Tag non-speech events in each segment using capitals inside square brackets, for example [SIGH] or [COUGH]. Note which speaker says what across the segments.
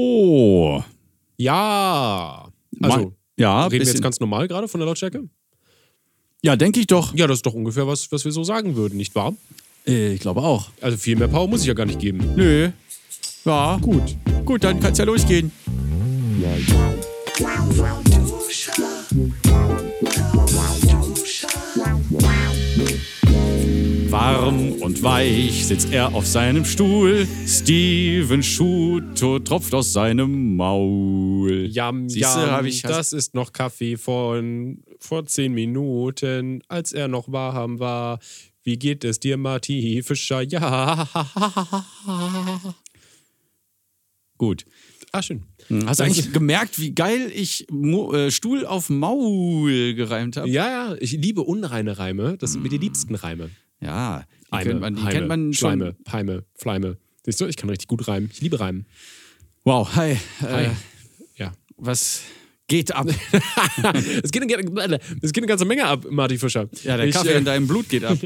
Speaker 1: So.
Speaker 2: Ja. Also,
Speaker 1: ja,
Speaker 2: reden wir jetzt
Speaker 1: bisschen-
Speaker 2: ganz normal gerade von der Lautstärke?
Speaker 1: ja, denke ich doch.
Speaker 2: Ja, das ist doch ungefähr was, was wir so sagen würden, nicht wahr?
Speaker 1: Äh, Ich glaube auch.
Speaker 2: Also viel mehr Power muss ich ja gar nicht geben.
Speaker 1: Nö. Ja. Gut. Gut, dann kann's ja losgehen. Warm und weich sitzt er auf seinem Stuhl. Steven Schuto tropft aus seinem Maul.
Speaker 2: Jam,
Speaker 1: Siehste,
Speaker 2: jam,
Speaker 1: hab ich-
Speaker 2: das ist noch Kaffee von vor zehn Minuten, als er noch warm war. Wie geht es dir, Marti Fischer? [LAUGHS] Ja.
Speaker 1: Gut.
Speaker 2: Ah, schön.
Speaker 1: Hast du eigentlich gemerkt, wie geil ich Mo äh, Stuhl auf Maul gereimt habe?
Speaker 2: Ja, ja, ich liebe unreine Reime. Das sind mir die liebsten Reime.
Speaker 1: Ja, die,
Speaker 2: Eime,
Speaker 1: kennt, man, die
Speaker 2: Heime,
Speaker 1: kennt man schon.
Speaker 2: Schleime, Heime, Fleime. Siehst du, ich kann richtig gut reimen. Ich liebe Reimen.
Speaker 1: Wow, hi. Äh,
Speaker 2: Hi.
Speaker 1: [LAUGHS]
Speaker 2: Ja.
Speaker 1: was geht ab?
Speaker 2: es, geht eine, es geht eine ganze Menge ab, Marti Fischer.
Speaker 1: Ja, der
Speaker 2: ich,
Speaker 1: Kaffee
Speaker 2: äh, Oh.
Speaker 1: in deinem Blut geht
Speaker 2: [LAUGHS]
Speaker 1: ab.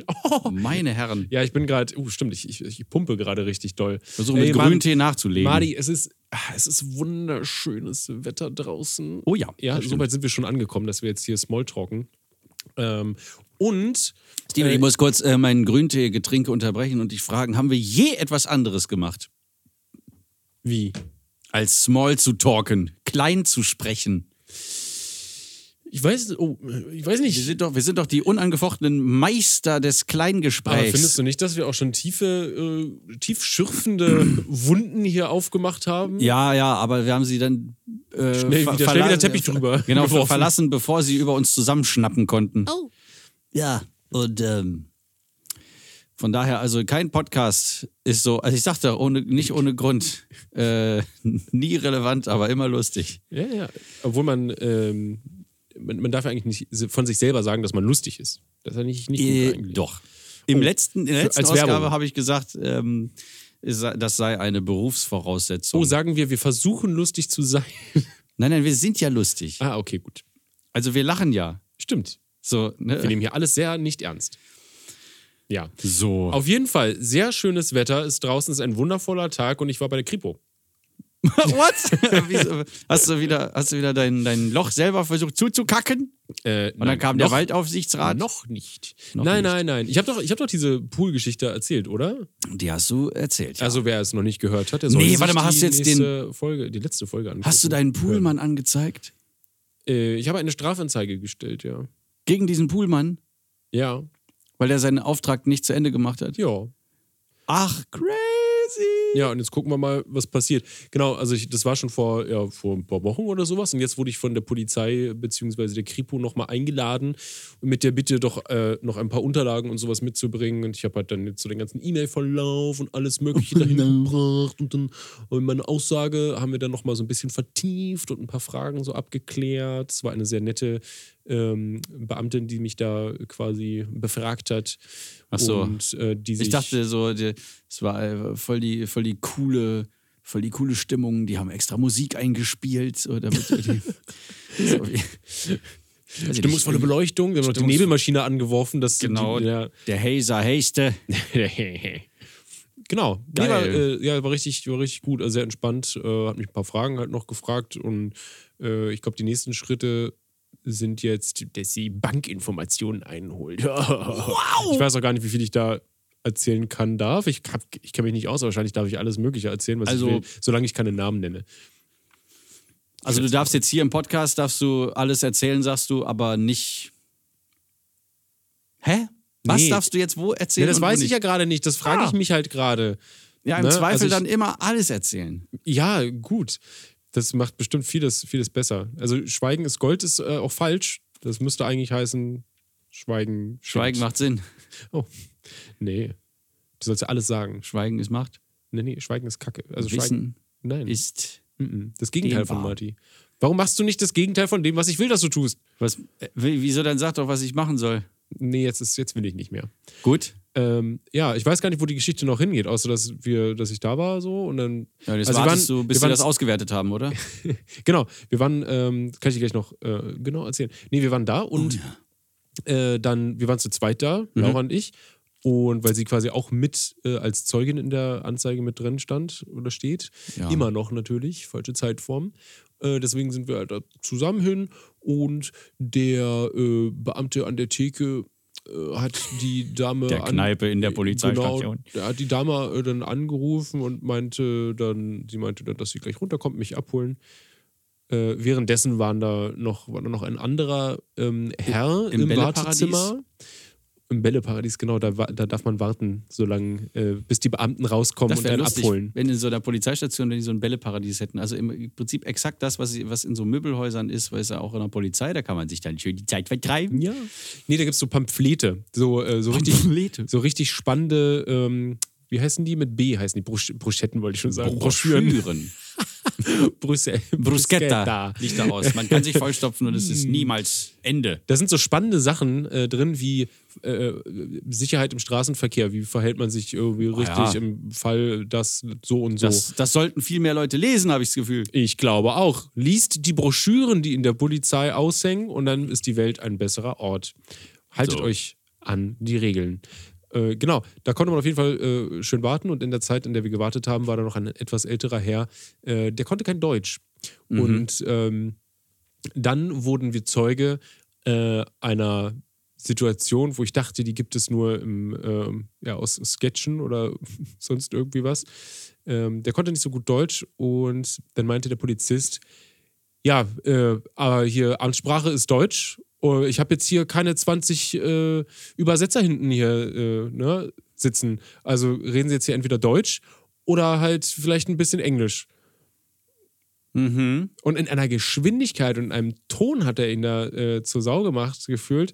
Speaker 1: Meine Herren.
Speaker 2: Ja, ich bin gerade, uh, stimmt, ich, ich, ich pumpe gerade richtig doll.
Speaker 1: Versuche mit
Speaker 2: Ey, Mann,
Speaker 1: Grüntee nachzulegen.
Speaker 2: Madi, es ist, ah, es ist wunderschönes Wetter draußen.
Speaker 1: Oh ja,
Speaker 2: Ja,
Speaker 1: das stimmt.
Speaker 2: soweit sind wir schon angekommen, dass wir jetzt hier Smalltalken. Ähm, und
Speaker 1: Steven,
Speaker 2: äh,
Speaker 1: ich muss kurz äh, mein Grüntee-Getränke unterbrechen und dich fragen, haben wir je etwas anderes gemacht,
Speaker 2: wie?
Speaker 1: als small zu talken, klein zu sprechen?
Speaker 2: Ich weiß, oh, ich weiß
Speaker 1: Wir
Speaker 2: nicht.
Speaker 1: sind doch, wir sind doch die unangefochtenen Meister des
Speaker 2: Aber
Speaker 1: Kleingesprächs.
Speaker 2: findest du nicht, dass wir auch schon tiefe, äh, tief schürfende Wunden hier aufgemacht haben?
Speaker 1: Ja, ja, aber wir haben sie dann äh,
Speaker 2: Schnell
Speaker 1: ver-
Speaker 2: wieder- schnell
Speaker 1: verla-
Speaker 2: wieder Teppich
Speaker 1: ver-
Speaker 2: drüber
Speaker 1: Genau, ver-
Speaker 2: geworfen.
Speaker 1: verlassen, bevor sie über uns zusammenschnappen konnten. Oh. Ja, und ähm, von daher, also kein Podcast ist so, also ich sagte ohne, nicht ohne Grund, äh, [LAUGHS] nie relevant, aber immer lustig.
Speaker 2: Ja, ja. Obwohl man, ähm, man, man darf ja eigentlich nicht von sich selber sagen, dass man lustig ist. Das ist ja nicht, nicht gut
Speaker 1: Äh,
Speaker 2: eigentlich.
Speaker 1: doch. Im
Speaker 2: Oh,
Speaker 1: letzten, in der
Speaker 2: für-
Speaker 1: letzten
Speaker 2: als Werbung.
Speaker 1: Ausgabe habe ich gesagt, ähm, es sei- das sei eine Berufsvoraussetzung.
Speaker 2: Oh, sagen wir, wir versuchen lustig zu sein. [LAUGHS]
Speaker 1: nein, nein, wir sind ja lustig.
Speaker 2: ah, okay, gut.
Speaker 1: Also wir lachen ja.
Speaker 2: Stimmt.
Speaker 1: So,
Speaker 2: Wir
Speaker 1: ne?
Speaker 2: nehmen hier alles sehr nicht ernst. Ja.
Speaker 1: so.
Speaker 2: Auf jeden Fall, sehr schönes Wetter, ist draußen, ist ein wundervoller Tag und ich war bei der Kripo.
Speaker 1: [LAUGHS] What? [LAUGHS] Wieso? hast du wieder, hast du wieder dein, dein Loch selber versucht zuzukacken?
Speaker 2: Äh,
Speaker 1: Und dann kam der Waldaufsichtsrat.
Speaker 2: Noch nicht.
Speaker 1: Noch
Speaker 2: nein,
Speaker 1: nicht.
Speaker 2: nein, nein. Ich habe doch, ich hab doch diese Pool-Geschichte erzählt, oder?
Speaker 1: Die hast du erzählt. Ja.
Speaker 2: Also, wer es noch nicht gehört hat, der soll
Speaker 1: Nee,
Speaker 2: sich
Speaker 1: warte mal,
Speaker 2: die
Speaker 1: hast du jetzt den-
Speaker 2: nächste Folge, die letzte Folge angucken.
Speaker 1: hast du deinen Poolmann angezeigt?
Speaker 2: Äh, ich habe eine Strafanzeige gestellt, ja.
Speaker 1: Gegen diesen Poolmann?
Speaker 2: Ja,
Speaker 1: Weil der seinen Auftrag nicht zu Ende gemacht hat?
Speaker 2: ja.
Speaker 1: Ach, crazy.
Speaker 2: Ja, und jetzt gucken wir mal, was passiert. Genau, also ich, das war schon vor, ja, vor ein paar Wochen oder sowas. Und jetzt wurde ich von der Polizei bzw. der Kripo nochmal eingeladen, mit der Bitte doch äh, noch ein paar Unterlagen und sowas mitzubringen. Und ich habe halt dann jetzt so den ganzen E-Mail-Verlauf und alles Mögliche dahin gebracht. Und dann und meine Aussage haben wir dann nochmal so ein bisschen vertieft und ein paar Fragen so abgeklärt. Es war eine sehr nette ähm, Beamtin, die mich da quasi befragt hat.
Speaker 1: Ach so.
Speaker 2: Und, äh, die sich
Speaker 1: Ich dachte so, die- es war äh, voll die, voll die coole, voll die coole Stimmung. Die haben extra Musik eingespielt. So, [LAUGHS] damit, so wie,
Speaker 2: Stimmungsvolle Beleuchtung, wir haben noch die
Speaker 1: Stimmungs-
Speaker 2: Nebelmaschine angeworfen, dass
Speaker 1: Genau. [LAUGHS]
Speaker 2: die, der,
Speaker 1: Der Hazer Haste.
Speaker 2: genau. Nee,
Speaker 1: Geil.
Speaker 2: war, äh, ja, war richtig, war richtig gut, also sehr entspannt, äh, hat mich ein paar Fragen halt noch gefragt und äh, ich glaube, die nächsten Schritte sind jetzt, dass sie Bankinformationen einholt. [LAUGHS] wow! Ich weiß auch gar nicht, wie viel ich da erzählen kann, darf. Ich, hab, ich kenne mich nicht aus, aber wahrscheinlich darf ich alles Mögliche erzählen, was
Speaker 1: Also-
Speaker 2: ich will, solange ich keine Namen nenne.
Speaker 1: Also du darfst jetzt hier im Podcast, darfst du alles erzählen, sagst du, aber nicht. Hä? Was
Speaker 2: Nee.
Speaker 1: darfst du jetzt wo erzählen?
Speaker 2: Ja, das
Speaker 1: und wo
Speaker 2: weiß ich
Speaker 1: nicht?
Speaker 2: ja gerade nicht, das frage ich
Speaker 1: Ah.
Speaker 2: mich halt gerade.
Speaker 1: Ja, im
Speaker 2: ne?
Speaker 1: Zweifel
Speaker 2: Also ich-
Speaker 1: dann immer alles erzählen.
Speaker 2: Ja, gut. Das macht bestimmt vieles, vieles besser. Also Schweigen ist Gold ist äh, auch falsch. Das müsste eigentlich heißen Schweigen. stimmt.
Speaker 1: Schweigen macht Sinn.
Speaker 2: Nee. Du sollst ja alles sagen.
Speaker 1: Schweigen ist Macht.
Speaker 2: Nee, nee, Schweigen ist Kacke. Also Schweigen.
Speaker 1: Wissen
Speaker 2: Nein.
Speaker 1: ist.
Speaker 2: mhm. Das Gegenteil von
Speaker 1: Dehnbar.
Speaker 2: Marty. Warum machst du nicht das Gegenteil von dem, was ich will, dass du tust?
Speaker 1: Was, äh, wie- wieso dann sag doch, was ich machen soll?
Speaker 2: Nee, jetzt, ist, jetzt will ich nicht mehr.
Speaker 1: Gut.
Speaker 2: Ähm, ja, ich weiß gar nicht, wo die Geschichte noch hingeht, außer dass wir, dass ich da war so und dann.
Speaker 1: Ja, das
Speaker 2: Also wir
Speaker 1: wartest
Speaker 2: waren-
Speaker 1: du, bis
Speaker 2: wir
Speaker 1: wir
Speaker 2: waren-
Speaker 1: das ausgewertet haben, oder?
Speaker 2: [LAUGHS] Genau, wir waren, ähm, kann ich dir gleich noch äh,
Speaker 1: Oh Mhm.
Speaker 2: genau erzählen. Nee, wir waren da und äh, dann, wir waren zu zweit da, Laura und ich. Und weil sie quasi auch mit äh, als Zeugin in der Anzeige mit drin stand oder steht.
Speaker 1: Ja.
Speaker 2: Immer noch natürlich, falsche Zeitform. Äh, deswegen sind wir halt da zusammen hin und der äh, Beamte an der Theke äh, hat die Dame.
Speaker 1: Der Kneipe in der Polizeistation.
Speaker 2: Genau, der hat die Dame äh, dann angerufen und meinte dann, sie meinte dann, dass sie gleich runterkommt, mich abholen. Äh, währenddessen waren da noch, war da noch ein anderer ähm, Herr
Speaker 1: Im
Speaker 2: im,
Speaker 1: Bälleparadies?
Speaker 2: Wartezimmer. Im Bälleparadies, genau, da, wa- da darf man warten, solange, äh, bis die Beamten rauskommen
Speaker 1: Das
Speaker 2: und
Speaker 1: wäre
Speaker 2: einen
Speaker 1: lustig,
Speaker 2: abholen.
Speaker 1: wenn in so einer Polizeistation, wenn die so ein Bälleparadies hätten. Also im Prinzip exakt das, was, was in so Möbelhäusern ist, weil es ja auch in der Polizei, da kann man sich dann schön die Zeit vertreiben.
Speaker 2: Ja. Nee, da gibt es so Pamphlete. So, äh, so, richtig,
Speaker 1: Pamphlet.
Speaker 2: so richtig spannende, ähm, wie heißen die? Mit B heißen die. Brosch Broschetten wollte ich schon sagen.
Speaker 1: Broschüren.
Speaker 2: Brüssel.
Speaker 1: Bruschetta liegt daraus. Man kann sich vollstopfen und es
Speaker 2: [LAUGHS]
Speaker 1: ist
Speaker 2: Hm.
Speaker 1: niemals Ende.
Speaker 2: Da sind so spannende Sachen äh, drin wie äh, Sicherheit im Straßenverkehr. Wie verhält man sich irgendwie richtig
Speaker 1: Ah, ja.
Speaker 2: im Fall, dass so und so.
Speaker 1: Das, das sollten viel mehr Leute lesen, habe ich das Gefühl.
Speaker 2: ich glaube auch. Liest die Broschüren, die in der Polizei aushängen, und dann ist die Welt ein besserer Ort. Haltet
Speaker 1: So.
Speaker 2: euch an die Regeln. Äh, genau, da konnte man auf jeden Fall äh, schön warten und in der Zeit, in der wir gewartet haben, war da noch ein etwas älterer Herr, äh, der konnte kein Deutsch.
Speaker 1: Mhm.
Speaker 2: Und ähm, dann wurden wir Zeuge äh, einer Situation, wo ich dachte, die gibt es nur im, ähm, ja, aus Sketchen oder [LAUGHS] sonst irgendwie was. Ähm, der konnte nicht so gut Deutsch und dann meinte der Polizist, ja, äh, aber hier Amtssprache ist Deutsch. Oh, Ich habe jetzt hier keine 20 äh, Übersetzer hinten hier äh, ne, sitzen. Also reden sie jetzt hier entweder Deutsch oder halt vielleicht ein bisschen Englisch.
Speaker 1: Mhm.
Speaker 2: Und in einer Geschwindigkeit und in einem Ton hat er ihn da äh, zur Sau gemacht, gefühlt.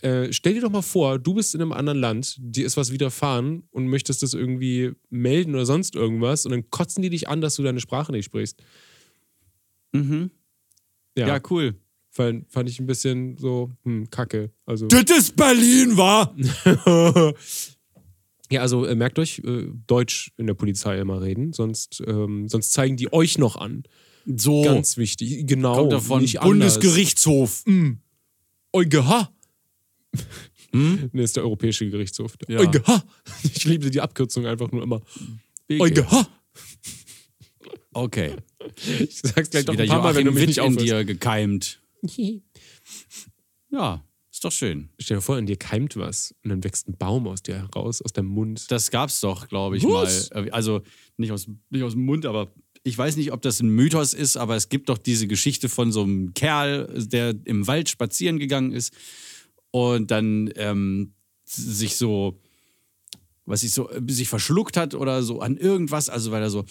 Speaker 2: Äh, stell dir doch mal vor, du bist in einem anderen Land, dir ist was widerfahren und möchtest das irgendwie melden oder sonst irgendwas und dann kotzen die dich an, dass du deine Sprache nicht sprichst.
Speaker 1: Mhm. Ja. cool.
Speaker 2: fand, fand ich ein bisschen so, hm, kacke.
Speaker 1: [LAUGHS]
Speaker 2: Also.
Speaker 1: ist Berlin, war.
Speaker 2: Ja, also äh, merkt euch, äh, Deutsch in der Polizei immer reden, sonst, ähm, sonst zeigen die euch noch an.
Speaker 1: So.
Speaker 2: Ganz wichtig. Genau.
Speaker 1: Oh. kommt davon. Mhm.
Speaker 2: nicht anders.
Speaker 1: Bundesgerichtshof.
Speaker 2: EuGH. [LAUGHS] Nee, ist der Europäische Gerichtshof. Der
Speaker 1: Hm? Ja.
Speaker 2: EuGH. Ich liebe die Abkürzung einfach nur immer. EuGH.
Speaker 1: Okay.
Speaker 2: Ich sag's gleich
Speaker 1: Ist
Speaker 2: noch
Speaker 1: wieder
Speaker 2: ein paar Mal, wenn du
Speaker 1: Joachim
Speaker 2: mich
Speaker 1: Witt
Speaker 2: nicht
Speaker 1: in
Speaker 2: aufhörst.
Speaker 1: dir gekeimt. Ja, ist doch schön.
Speaker 2: Stell dir vor, in dir keimt was und dann wächst ein Baum aus dir heraus, aus deinem Mund.
Speaker 1: Das gab's doch, glaube ich
Speaker 2: Was?
Speaker 1: mal. Also nicht aus, nicht aus dem Mund, aber ich weiß nicht, ob das ein Mythos ist, aber es gibt doch diese Geschichte von so einem Kerl, der im Wald spazieren gegangen ist und dann ähm, sich so, was ich so, äh, sich verschluckt hat oder so an irgendwas, also weil er so,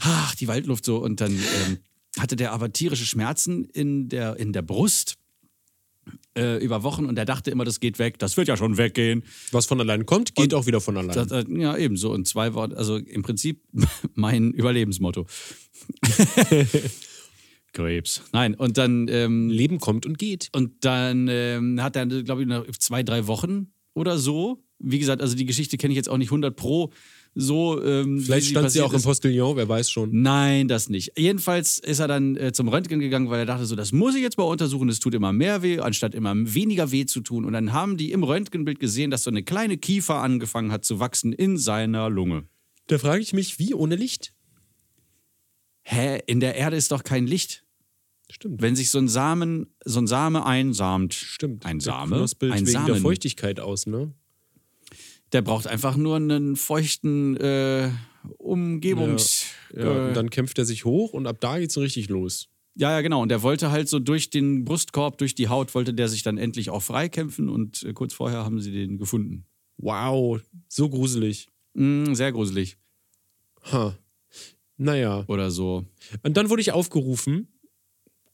Speaker 1: ach, die Waldluft so und dann ähm, hatte der aber tierische Schmerzen in der, in der Brust. Äh, über Wochen und er dachte immer, das geht weg, das wird ja schon weggehen.
Speaker 2: Was von allein kommt, geht auch wieder von allein.
Speaker 1: Das, äh, ja, ebenso. In zwei Worten, also im Prinzip [LAUGHS] mein
Speaker 2: [LAUGHS]
Speaker 1: Überlebensmotto. Krebs. Nein, und dann, ähm,
Speaker 2: Leben kommt und geht.
Speaker 1: und dann ähm, hat er, glaube ich, nach zwei, drei Wochen oder so. Wie gesagt, also die Geschichte kenne ich jetzt auch nicht 100 Pro so. Ähm,
Speaker 2: Vielleicht
Speaker 1: wie
Speaker 2: stand sie
Speaker 1: passiert
Speaker 2: auch im
Speaker 1: ist.
Speaker 2: Postillon, wer weiß schon.
Speaker 1: Nein, das nicht. Jedenfalls ist er dann äh, zum Röntgen gegangen, weil er dachte, so, das muss ich jetzt mal untersuchen, das tut immer mehr weh, anstatt immer weniger weh zu tun. Und dann haben die im Röntgenbild gesehen, dass so eine kleine Kiefer angefangen hat zu wachsen in seiner Lunge.
Speaker 2: Da frage ich mich, wie ohne Licht?
Speaker 1: Hä, in der Erde ist doch kein Licht.
Speaker 2: Stimmt.
Speaker 1: Wenn sich so ein Samen, so ein Same einsamt,
Speaker 2: Stimmt.
Speaker 1: ein
Speaker 2: Der
Speaker 1: Same,
Speaker 2: Knospe
Speaker 1: ein
Speaker 2: wegen der
Speaker 1: Samen, der,
Speaker 2: Feuchtigkeit aus, ne?
Speaker 1: braucht einfach nur einen feuchten äh, Umgebungs... äh,
Speaker 2: Ja, und dann kämpft er sich hoch und ab da geht's richtig los.
Speaker 1: Ja, ja, genau. Und der wollte halt so durch den Brustkorb, durch die Haut, wollte der sich dann endlich auch freikämpfen und äh, kurz vorher haben sie den gefunden.
Speaker 2: Wow, so gruselig.
Speaker 1: Mm, sehr gruselig
Speaker 2: Ha. Naja.
Speaker 1: oder so.
Speaker 2: Und dann wurde ich aufgerufen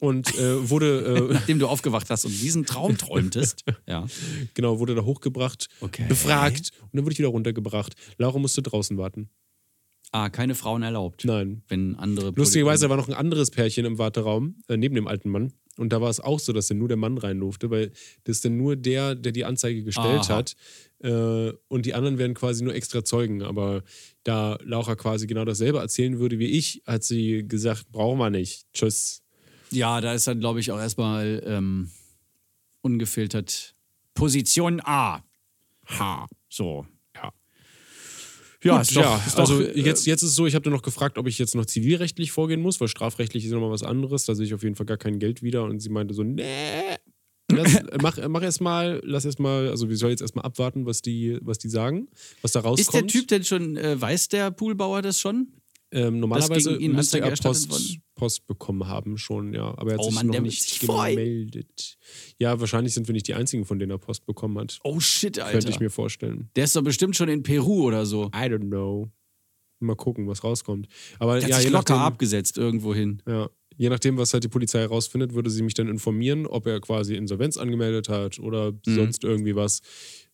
Speaker 2: und äh, wurde,
Speaker 1: Nachdem du aufgewacht hast und diesen Traum träumtest.
Speaker 2: [LAUGHS]
Speaker 1: ja.
Speaker 2: äh, genau, wurde da hochgebracht,
Speaker 1: Okay.
Speaker 2: befragt und dann wurde ich wieder runtergebracht. Laura musste draußen warten.
Speaker 1: Ah, keine Frauen erlaubt.
Speaker 2: Nein.
Speaker 1: Wenn andere.
Speaker 2: Lustigerweise war noch ein anderes Pärchen im Warteraum, äh, neben dem alten Mann. Und da war es auch so, dass dann nur der Mann rein durfte, weil das ist dann nur der, der die Anzeige gestellt
Speaker 1: Aha.
Speaker 2: hat. Äh, und die anderen werden quasi nur extra Zeugen. Aber da Laura quasi genau dasselbe erzählen würde wie ich, hat sie gesagt, brauchen wir nicht. Tschüss.
Speaker 1: Ja, da ist dann, glaube ich, auch erstmal ähm, ungefiltert Position A. Ha. So.
Speaker 2: Ja.
Speaker 1: Ja,
Speaker 2: Gut,
Speaker 1: ist doch,
Speaker 2: ja,
Speaker 1: ist doch,
Speaker 2: also
Speaker 1: äh,
Speaker 2: jetzt, jetzt ist es so, ich habe noch gefragt, ob ich jetzt noch zivilrechtlich vorgehen muss, weil strafrechtlich ist nochmal was anderes. Da sehe ich auf jeden Fall gar kein Geld wieder. Und sie meinte so, nee,
Speaker 1: [LAUGHS]
Speaker 2: lass, äh, mach, äh, mach erst mal, lass erst mal, also wir sollen jetzt erstmal abwarten, was die, was die sagen, was da rauskommt.
Speaker 1: Ist der Typ denn schon, äh, weiß der Poolbauer das schon?
Speaker 2: ähm, normalerweise
Speaker 1: gegen ihn
Speaker 2: müsste
Speaker 1: Anzeige
Speaker 2: er
Speaker 1: erstattet
Speaker 2: Post,
Speaker 1: worden?
Speaker 2: Post bekommen haben schon, ja. Aber er hat
Speaker 1: Oh
Speaker 2: sich
Speaker 1: Mann,
Speaker 2: noch
Speaker 1: der wird
Speaker 2: nicht
Speaker 1: sich freuen.
Speaker 2: gemeldet. Ja, wahrscheinlich sind wir nicht die Einzigen, von denen er Post bekommen hat.
Speaker 1: Oh shit,
Speaker 2: Könnte
Speaker 1: Alter.
Speaker 2: ich mir vorstellen.
Speaker 1: Der ist doch bestimmt schon in Peru oder so.
Speaker 2: I don't know. Mal gucken, was rauskommt. Aber
Speaker 1: Der
Speaker 2: ja,
Speaker 1: hat
Speaker 2: je
Speaker 1: sich locker
Speaker 2: nachdem,
Speaker 1: abgesetzt irgendwo hin.
Speaker 2: Ja. Je nachdem, was halt die Polizei herausfindet, würde sie mich dann informieren, ob er quasi Insolvenz angemeldet hat oder
Speaker 1: Mhm.
Speaker 2: sonst irgendwie was.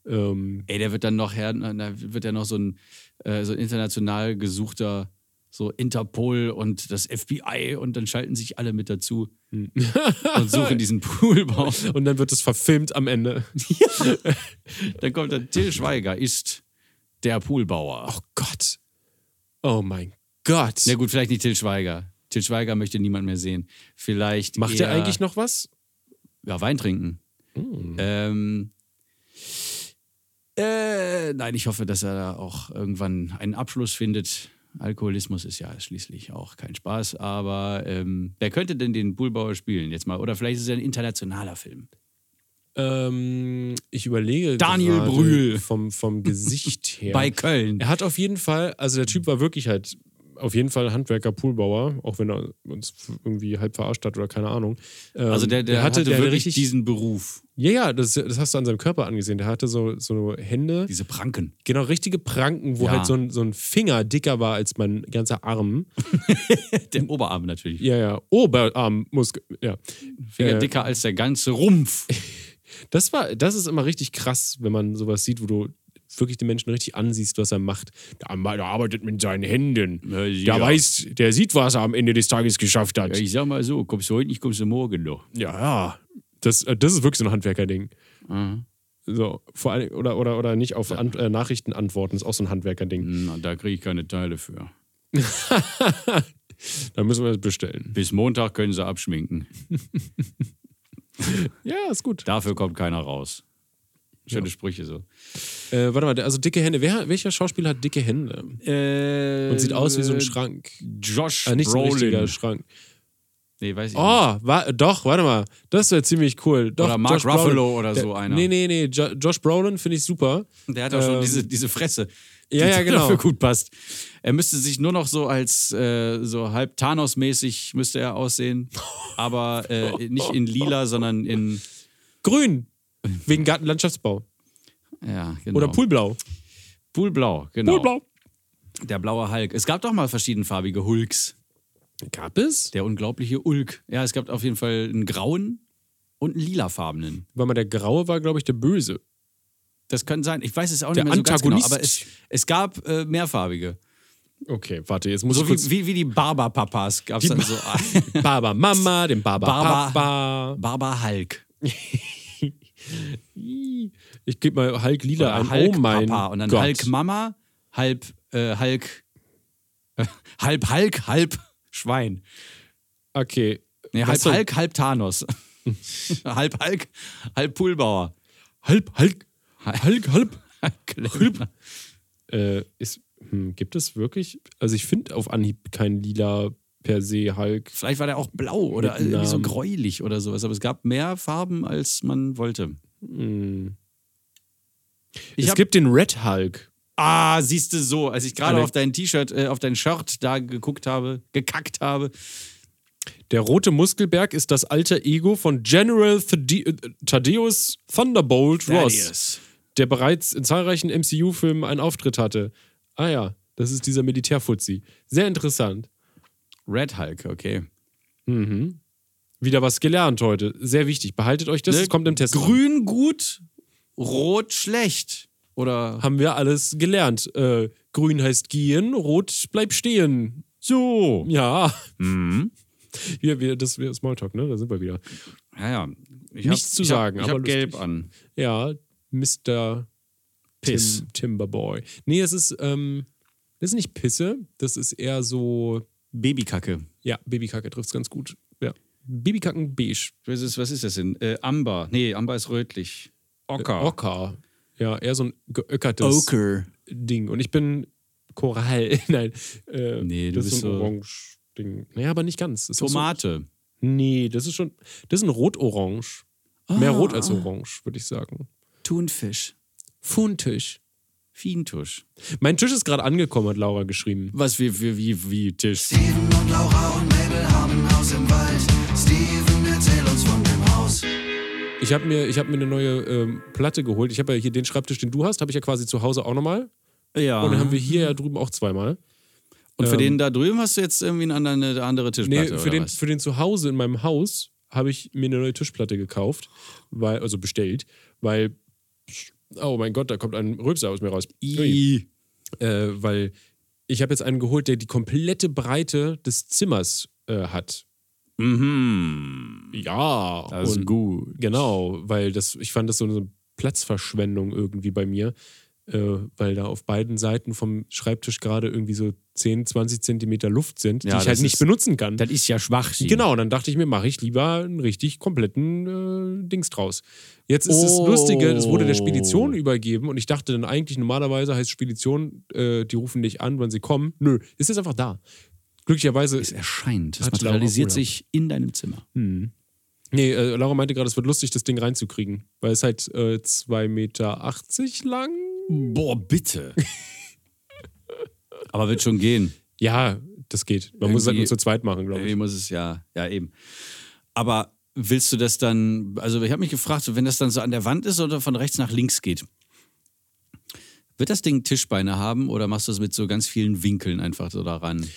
Speaker 2: Ähm,
Speaker 1: Ey, der wird dann noch her, da wird ja noch so ein, äh, so ein international gesuchter, so Interpol und das FBI und dann schalten sich alle mit dazu und suchen diesen Poolbau.
Speaker 2: und dann wird es verfilmt
Speaker 1: [LAUGHS]
Speaker 2: am Ende.
Speaker 1: Dann kommt dann Till Schweiger, ist der Poolbauer.
Speaker 2: Oh Gott. Oh mein Gott.
Speaker 1: Na gut, vielleicht nicht Till Schweiger. Till Schweiger möchte niemand mehr sehen. Vielleicht.
Speaker 2: Macht
Speaker 1: eher,
Speaker 2: er eigentlich noch was?
Speaker 1: Ja, Wein trinken. Ähm, äh, nein, ich hoffe, dass er da auch irgendwann einen Abschluss findet. Alkoholismus ist ja schließlich auch kein Spaß, aber ähm, wer könnte denn den Bullbauer spielen jetzt mal? Oder vielleicht ist es ein internationaler Film.
Speaker 2: Ähm, ich überlege.
Speaker 1: Daniel
Speaker 2: gerade
Speaker 1: Brühl.
Speaker 2: Vom,
Speaker 1: [LAUGHS]
Speaker 2: vom Gesicht her.
Speaker 1: Bei Köln.
Speaker 2: Er hat auf jeden Fall, also der Typ war wirklich halt auf jeden Fall Handwerker, Poolbauer, auch wenn er uns irgendwie halb verarscht hat oder keine Ahnung. Ähm,
Speaker 1: Also der, der,
Speaker 2: er
Speaker 1: hatte,
Speaker 2: der hatte
Speaker 1: wirklich diesen Beruf,
Speaker 2: Ja, ja, das, das hast du an seinem Körper angesehen. Der hatte so, so Hände,
Speaker 1: diese Pranken.
Speaker 2: genau richtige Pranken, wo
Speaker 1: Ja.
Speaker 2: halt so ein, so ein Finger dicker war als mein ganzer Arm.
Speaker 1: Der Oberarm natürlich.
Speaker 2: Ja, ja, Oberarmmuskel. Ja,
Speaker 1: Finger
Speaker 2: Äh,
Speaker 1: dicker als der ganze
Speaker 2: [LAUGHS]
Speaker 1: Rumpf.
Speaker 2: das war, das ist immer richtig krass, wenn man sowas sieht, wo du wirklich den Menschen richtig ansiehst, was er macht. Der, Mann, der arbeitet mit seinen Händen.
Speaker 1: Ja,
Speaker 2: Der
Speaker 1: ja.
Speaker 2: weiß, der sieht, was er am Ende des Tages geschafft hat.
Speaker 1: Ich sag mal so, kommst du heute nicht, kommst du morgen noch.
Speaker 2: Ja, ja. Das, äh, das ist wirklich so ein Handwerkerding.
Speaker 1: Mhm.
Speaker 2: So, vor allem, oder, oder, oder nicht auf An äh, Nachrichten antworten, ist auch so ein Handwerkerding.
Speaker 1: Hm, Na, da kriege ich keine Teile für.
Speaker 2: Da müssen wir das bestellen.
Speaker 1: Bis Montag können sie abschminken.
Speaker 2: Ja, ist gut.
Speaker 1: Dafür kommt keiner raus. Schöne Sprüche so.
Speaker 2: Äh, warte mal, der- also dicke Hände. Wer, welcher Schauspieler hat dicke Hände?
Speaker 1: Äh,
Speaker 2: Und sieht aus wie so ein Schrank.
Speaker 1: Josh
Speaker 2: Äh, nicht so ein richtiger
Speaker 1: Äh, Brolin.
Speaker 2: Schrank.
Speaker 1: nee, weiß ich
Speaker 2: Oh, wa doch, warte mal. Das wäre ziemlich cool. Doch,
Speaker 1: Oder Mark
Speaker 2: Josh Brolin.
Speaker 1: Ruffalo oder so
Speaker 2: der,
Speaker 1: einer.
Speaker 2: Nee, nee, nee. Jo Josh Brolin finde ich super.
Speaker 1: nicht. Der hat auch schon
Speaker 2: ähm,
Speaker 1: diese, diese Fresse, die
Speaker 2: ja, ja, genau.
Speaker 1: dafür gut passt. Er müsste sich nur noch so als äh, so halb Thanos-mäßig müsste er aussehen,
Speaker 2: [LAUGHS]
Speaker 1: aber äh, nicht in lila, sondern in
Speaker 2: Grün. Wegen Gartenlandschaftsbau.
Speaker 1: ja, genau.
Speaker 2: Oder Poolblau.
Speaker 1: Poolblau, genau.
Speaker 2: Poolblau.
Speaker 1: Der blaue Hulk. Es gab doch mal verschiedenfarbige Hulks.
Speaker 2: Gab es?
Speaker 1: Der unglaubliche Ulk. Ja, es gab auf jeden Fall einen grauen und einen lilafarbenen.
Speaker 2: Warte mal, der Graue war, glaube ich, der Böse.
Speaker 1: Das kann sein. Ich weiß es auch
Speaker 2: Der
Speaker 1: nicht mehr so ganz genau,
Speaker 2: Antagonist.
Speaker 1: aber es, es gab äh, mehrfarbige.
Speaker 2: Okay, warte, jetzt muss
Speaker 1: So
Speaker 2: ich
Speaker 1: wie,
Speaker 2: kurz...
Speaker 1: wie, wie die Barber-Papas gab es dann so.
Speaker 2: [LAUGHS] Baba Mama, den Baba,
Speaker 1: Baba.
Speaker 2: Papa.
Speaker 1: Barber-Hulk.
Speaker 2: Ich gebe mal Hulk Lila
Speaker 1: Oder
Speaker 2: ein.
Speaker 1: Hulk-Papa.
Speaker 2: oh mein
Speaker 1: und dann
Speaker 2: Gott.
Speaker 1: Hulk-Mama, halb äh, Hulk. äh, halb Hulk, [LAUGHS] halb Schwein.
Speaker 2: Okay.
Speaker 1: Nee, halb
Speaker 2: Was soll-
Speaker 1: Hulk, halb Thanos. [LAUGHS] halb Hulk, halb Poolbauer.
Speaker 2: Halb, Hulk, Hulk, Hulk.
Speaker 1: Klempner.
Speaker 2: Äh, ist, hm, gibt es wirklich? Also ich finde auf Anhieb kein Lila per se Hulk.
Speaker 1: Vielleicht war der auch blau oder
Speaker 2: Mit
Speaker 1: irgendwie so
Speaker 2: Namen.
Speaker 1: gräulich oder sowas. Aber es gab mehr Farben, als man wollte. Ich
Speaker 2: es
Speaker 1: hab-
Speaker 2: gibt den Red Hulk.
Speaker 1: Ah, siehst du so, als ich gerade
Speaker 2: Alle-
Speaker 1: auf dein T-Shirt, äh, auf dein Shirt da geguckt habe, gekackt habe.
Speaker 2: Der rote Muskelberg ist das alter Ego von General Thade äh, Thaddeus Thunderbolt Ross,
Speaker 1: Thaddeus.
Speaker 2: der bereits in zahlreichen MCU-Filmen einen Auftritt hatte. Ah ja, das ist dieser Militärfuzzi. Sehr interessant.
Speaker 1: Red Hulk, okay.
Speaker 2: Wieder was gelernt heute. Sehr wichtig. Behaltet euch das,
Speaker 1: Ne?
Speaker 2: es kommt im Test. an.
Speaker 1: Grün gut, rot schlecht. Oder
Speaker 2: Haben wir alles gelernt. Äh, grün heißt gehen, rot bleibt stehen.
Speaker 1: so.
Speaker 2: Ja.
Speaker 1: Mhm.
Speaker 2: Wir, wir, das wir Smalltalk, ne? Da sind wir wieder.
Speaker 1: Ja, ja. Ich
Speaker 2: Nichts zu
Speaker 1: ich
Speaker 2: sagen,
Speaker 1: Ich
Speaker 2: aber
Speaker 1: habe gelb
Speaker 2: lustig.
Speaker 1: an.
Speaker 2: Ja, Mr.
Speaker 1: Piss.
Speaker 2: Tim, Timberboy. Nee, es ist, ähm, das ist nicht Pisse, das ist eher so,
Speaker 1: Babykacke.
Speaker 2: ja, Babykacke trifft's ganz gut. Ja. Babykacken beige.
Speaker 1: Was ist, was ist das denn? Äh, Amber. Nee, Amber ist rötlich. Ocker.
Speaker 2: Ocker. Ja, eher so ein geöckertes
Speaker 1: Oker.
Speaker 2: Ding. Und ich bin Korall. [LAUGHS] Nein. Äh,
Speaker 1: Nee, du
Speaker 2: das
Speaker 1: bist
Speaker 2: ist so ein
Speaker 1: so-
Speaker 2: Orange-Ding. Naja, aber nicht ganz. Es ist
Speaker 1: Tomate.
Speaker 2: So, nee, das ist schon. Das ist ein Rot-Orange. Mehr
Speaker 1: Ah.
Speaker 2: Rot als Orange, würde ich sagen.
Speaker 1: Thunfisch.
Speaker 2: Funtisch.
Speaker 1: Fientusch.
Speaker 2: Mein Tisch ist gerade angekommen, hat Laura geschrieben.
Speaker 1: Was wie, wie, wie, wie Tisch.
Speaker 3: Steven und Laura und Mabel haben ein Haus im Wald. Steven, erzähl uns von dem Haus.
Speaker 2: Ich habe mir, ich hab mir eine neue ähm, Platte geholt. Ich habe ja hier den Schreibtisch, den du hast, habe ich ja quasi zu Hause auch nochmal.
Speaker 1: Ja.
Speaker 2: Und dann haben wir hier ja drüben auch zweimal.
Speaker 1: Und für
Speaker 2: ähm,
Speaker 1: den da drüben hast du jetzt irgendwie eine andere, eine andere
Speaker 2: Nee,
Speaker 1: Tischplatte
Speaker 2: für
Speaker 1: oder
Speaker 2: den,
Speaker 1: was?
Speaker 2: für den zu Hause in meinem Haus habe ich mir eine neue Tischplatte gekauft, weil, also bestellt, weil, oh mein Gott, da kommt ein Rülpser aus mir raus. Ui.
Speaker 1: I.
Speaker 2: Äh, weil ich habe jetzt einen geholt, der die komplette Breite des Zimmers äh, hat.
Speaker 1: Mhm.
Speaker 2: Ja,
Speaker 1: Das
Speaker 2: und
Speaker 1: ist gut.
Speaker 2: Genau, weil das, ich fand das so eine Platzverschwendung irgendwie bei mir, äh, weil da auf beiden Seiten vom Schreibtisch gerade irgendwie so 10, 20 Zentimeter Luft sind,
Speaker 1: Ja,
Speaker 2: die ich halt
Speaker 1: das
Speaker 2: nicht
Speaker 1: ist-
Speaker 2: benutzen kann.
Speaker 1: Das ist ja schwach. Sie.
Speaker 2: Genau, dann dachte ich mir, mache ich lieber einen richtig kompletten äh, Dings draus. Jetzt ist das
Speaker 1: Oh.
Speaker 2: Lustige, es wurde der Spedition übergeben und ich dachte dann eigentlich, normalerweise heißt Spedition, äh, die rufen dich an, wann sie kommen. Nö, ist jetzt einfach da. Glücklicherweise
Speaker 1: Es erscheint. Es
Speaker 2: Hat Laura
Speaker 1: materialisiert
Speaker 2: Urlaub.
Speaker 1: sich in deinem Zimmer.
Speaker 2: Nee, äh, Laura meinte gerade, es wird lustig, das Ding reinzukriegen. Weil es halt äh, 2,80 Meter lang.
Speaker 1: Boah, bitte. [LAUGHS] Aber wird schon gehen.
Speaker 2: Ja, das geht. Man muss es halt
Speaker 1: Irgendwie-
Speaker 2: nur zu zweit machen, glaube
Speaker 1: Irgendwie
Speaker 2: ich.
Speaker 1: muss es ja, ja eben. Aber willst du das dann, also ich habe mich gefragt, so wenn das dann so an der Wand ist oder von rechts nach links geht, wird das Ding Tischbeine haben oder machst du es mit so ganz vielen Winkeln einfach so daran?
Speaker 2: Mhm.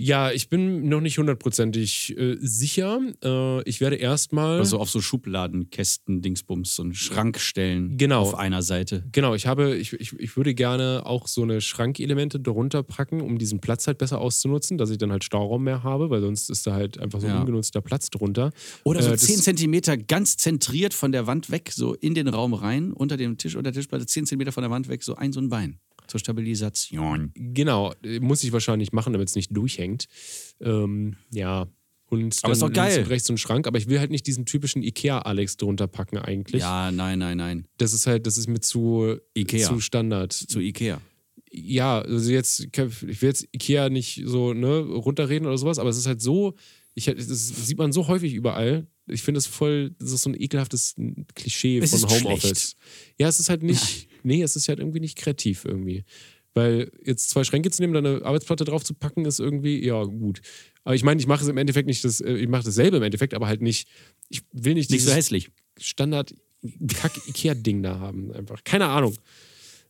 Speaker 2: Ja, ich bin noch nicht hundertprozentig äh, sicher. Äh, ich werde erstmal.
Speaker 1: Also auf so Schubladenkästen, Dingsbums, so einen Schrank stellen.
Speaker 2: Genau.
Speaker 1: Auf einer Seite.
Speaker 2: Genau, ich habe, ich, ich, ich würde gerne auch so eine Schrankelemente darunter packen, um diesen Platz halt besser auszunutzen, dass ich dann halt Stauraum mehr habe, weil sonst ist da halt einfach so ein
Speaker 1: Ja.
Speaker 2: ungenutzter Platz drunter.
Speaker 1: Oder so
Speaker 2: Äh, das-
Speaker 1: 10 Zentimeter ganz zentriert von der Wand weg, so in den Raum rein, unter dem Tisch, unter der Tischplatte, 10 Zentimeter von der Wand weg, so ein, so ein Bein. Zur Stabilisation.
Speaker 2: Genau, äh, muss ich wahrscheinlich machen, damit es nicht durchhängt. Ähm, ja. Und
Speaker 1: Aber ist
Speaker 2: dann
Speaker 1: doch geil.
Speaker 2: links und rechts so ein Schrank, aber ich will halt nicht diesen typischen IKEA-Alex drunter packen eigentlich.
Speaker 1: Ja, nein, nein, nein.
Speaker 2: Das ist halt, das ist mir zu,
Speaker 1: Ikea.
Speaker 2: zu Standard.
Speaker 1: Zu Ikea.
Speaker 2: Ja, also jetzt, ich will jetzt IKEA nicht so ne, runterreden oder sowas, aber es ist halt so, ich, das sieht man so häufig überall. Ich finde das voll, das ist so ein ekelhaftes Klischee
Speaker 1: Es
Speaker 2: von
Speaker 1: ist
Speaker 2: Homeoffice.
Speaker 1: schlecht.
Speaker 2: Ja, es ist halt nicht, nee, es ist halt irgendwie nicht kreativ irgendwie. Weil jetzt zwei Schränke zu nehmen, da eine Arbeitsplatte drauf zu packen, ist irgendwie, ja, gut. Aber ich meine, ich mache es im Endeffekt nicht, das, äh, ich mache dasselbe im Endeffekt, aber halt nicht, ich will nicht
Speaker 1: Nicht
Speaker 2: dieses
Speaker 1: so hässlich.
Speaker 2: Standard-Kack-IKEA-Ding da haben einfach. Keine Ahnung.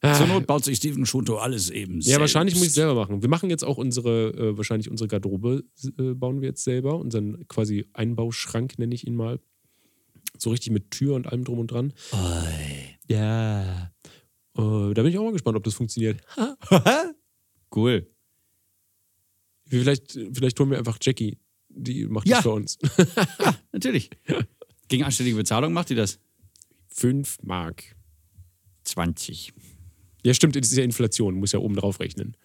Speaker 2: Ah.
Speaker 1: Zur Not baut sich Steven Schunto alles eben selbst.
Speaker 2: Ja, wahrscheinlich muss ich selber machen. Wir machen jetzt auch unsere, äh, wahrscheinlich unsere Garderobe äh, bauen wir jetzt selber, unseren quasi Einbauschrank nenne ich ihn mal. So richtig mit Tür und allem drum und dran. Ja. Äh, da bin ich auch mal gespannt, ob das funktioniert.
Speaker 1: Cool.
Speaker 2: Wir Vielleicht, äh, vielleicht holen wir einfach Jackie. Die macht
Speaker 1: Ja.
Speaker 2: das für uns. [LAUGHS]
Speaker 1: Natürlich. [LAUGHS] Gegen anständige Bezahlung macht die das.
Speaker 2: Fünf Mark.
Speaker 1: 20.
Speaker 2: Ja, stimmt, das ist ja Inflation, muss ja oben drauf rechnen.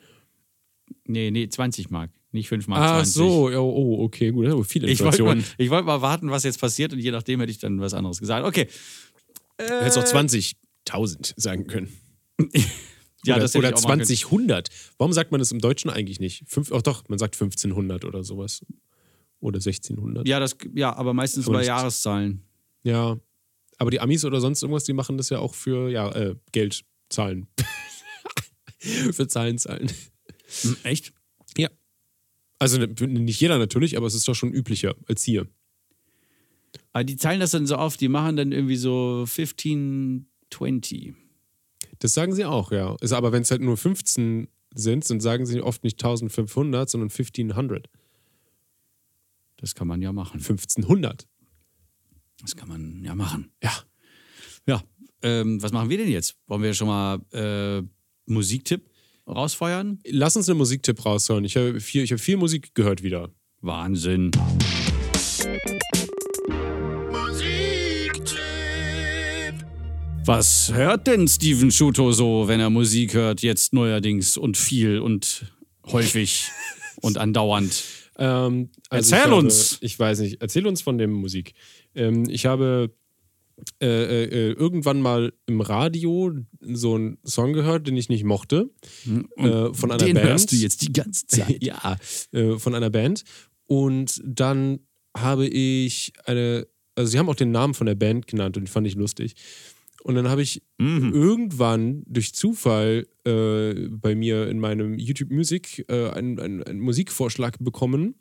Speaker 1: Nee, nee, 20 Mark. Nicht 5 Mark,
Speaker 2: Ach
Speaker 1: 20.
Speaker 2: Ah, so, ja, oh, okay, gut, aber viel
Speaker 1: Ich wollte
Speaker 2: Inflation.
Speaker 1: mal, ich wollte mal warten, was jetzt passiert und je nachdem hätte ich dann was anderes gesagt. Okay.
Speaker 2: Du hättest auch 20.000 sagen können.
Speaker 1: Ja,
Speaker 2: oder
Speaker 1: das hätte
Speaker 2: oder
Speaker 1: ich auch machen können.
Speaker 2: 2000. Warum sagt man das im Deutschen eigentlich nicht? Fünf, oh doch, man sagt 1500 oder sowas. Oder 1600.
Speaker 1: Ja, das, ja, aber meistens
Speaker 2: Aber
Speaker 1: über
Speaker 2: nicht-
Speaker 1: Jahreszahlen.
Speaker 2: Ja. Aber die Amis oder sonst irgendwas, die machen das ja auch für ja, äh, Geld zahlen. [LAUGHS] für Zahlen zahlen.
Speaker 1: Hm, echt?
Speaker 2: Ja. Also ne- nicht jeder natürlich, aber es ist doch schon üblicher als hier.
Speaker 1: Aber die teilen das dann so auf, die machen dann irgendwie so 15, 20.
Speaker 2: Das sagen sie auch, ja. Ist aber wenn es halt nur 15 sind, dann sagen sie oft nicht 1500, sondern 1500.
Speaker 1: Das kann man ja machen.
Speaker 2: 1500.
Speaker 1: Das kann man ja machen.
Speaker 2: Ja.
Speaker 1: Ja, ähm, was machen wir denn jetzt? Wollen wir schon mal äh, Musiktipp rausfeuern?
Speaker 2: Lass uns einen Musiktipp raushören. Ich habe viel, ich habe viel Musik gehört wieder.
Speaker 1: Wahnsinn. Was hört denn Steven Schuto so, wenn er Musik hört, jetzt neuerdings und viel und häufig und andauernd?
Speaker 2: Ähm, also
Speaker 1: Erzähl
Speaker 2: ich habe,
Speaker 1: uns!
Speaker 2: Ich weiß nicht, erzähl uns von dem Musik. Ähm, ich habe äh, äh, irgendwann mal im Radio so einen Song gehört, den ich nicht mochte. Äh, von einer
Speaker 1: Hm, Den
Speaker 2: Band.
Speaker 1: hörst du jetzt die ganze Zeit.
Speaker 2: [LAUGHS] ja, äh, von einer Band. Und dann habe ich eine, also sie haben auch den Namen von der Band genannt und die fand ich lustig. Und dann habe ich
Speaker 4: Mhm.
Speaker 2: irgendwann durch Zufall äh, bei mir in meinem YouTube Music äh, einen, einen, einen Musikvorschlag bekommen.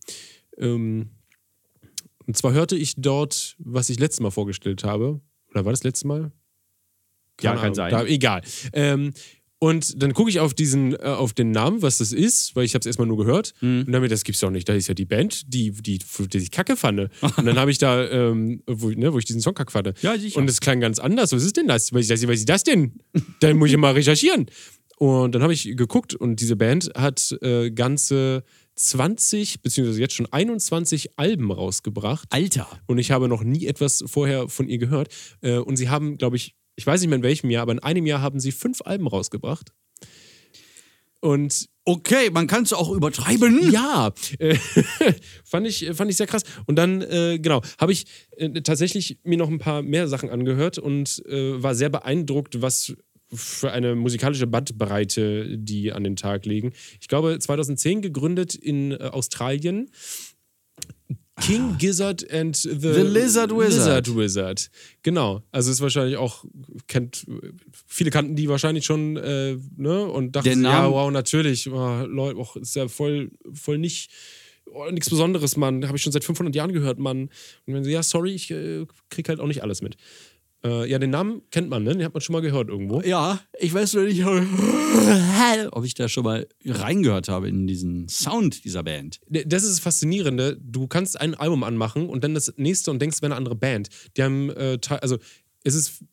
Speaker 2: Ähm, und zwar hörte ich dort, was ich letztes Mal vorgestellt habe. Oder war das letztes Mal?
Speaker 4: Ja, kann
Speaker 2: Ahnung.
Speaker 4: sein.
Speaker 2: Da, egal. Ähm, und dann gucke ich auf diesen, äh, auf den Namen, was das ist, weil ich habe es erstmal nur gehört.
Speaker 4: Mhm.
Speaker 2: Und dann mir, das gibt's doch nicht. Da ist ja die Band, die, die, die ich kacke fand. Und dann habe ich da, ähm, wo, ne, wo ich diesen Song kacke fand.
Speaker 1: Ja, sicher.
Speaker 2: Und es klang ganz anders. Was ist denn das? Was ist das, was ist das denn? Dann muss ich mal recherchieren. Und dann habe ich geguckt und diese Band hat äh, ganze 20, beziehungsweise jetzt schon 21 Alben rausgebracht
Speaker 1: Alter.
Speaker 2: und ich habe noch nie etwas vorher von ihr gehört. Äh, und sie haben, glaube ich, ich weiß nicht mehr in welchem Jahr, aber in einem Jahr haben sie fünf Alben rausgebracht. Und
Speaker 1: Okay, man kann es auch übertreiben.
Speaker 2: ja, äh, [LAUGHS] fand, ich, fand ich sehr krass. Und dann, äh, genau, habe ich äh, tatsächlich mir noch ein paar mehr Sachen angehört und äh, war sehr beeindruckt, was für eine musikalische Bandbreite die an den Tag legen. Ich glaube, 2010 gegründet in äh, Australien. King Gizzard and the,
Speaker 1: Ah. The Lizard Wizard.
Speaker 2: Lizard Wizard. Genau. Also ist wahrscheinlich auch, kennt, viele kannten die wahrscheinlich schon, äh, ne? Und dachten,
Speaker 1: Der
Speaker 2: sich, ja,
Speaker 1: Name-
Speaker 2: wow, natürlich. Oh, Leute, och, ist ja voll, voll nicht. Oh, nichts Besonderes, Mann. Habe ich schon seit 500 Jahren gehört, Mann. Und wenn sie, ja, sorry, ich äh, krieg halt auch nicht alles mit. Äh, ja, den Namen kennt man, ne? Den hat man schon mal gehört irgendwo.
Speaker 1: Ja, ich weiß nur nicht, [LAUGHS] ob ich da schon mal reingehört habe in diesen Sound dieser Band.
Speaker 2: D- Das ist das Faszinierende. Du kannst ein Album anmachen und dann das nächste und denkst, es wäre eine andere Band. Die haben, äh, te- also es ist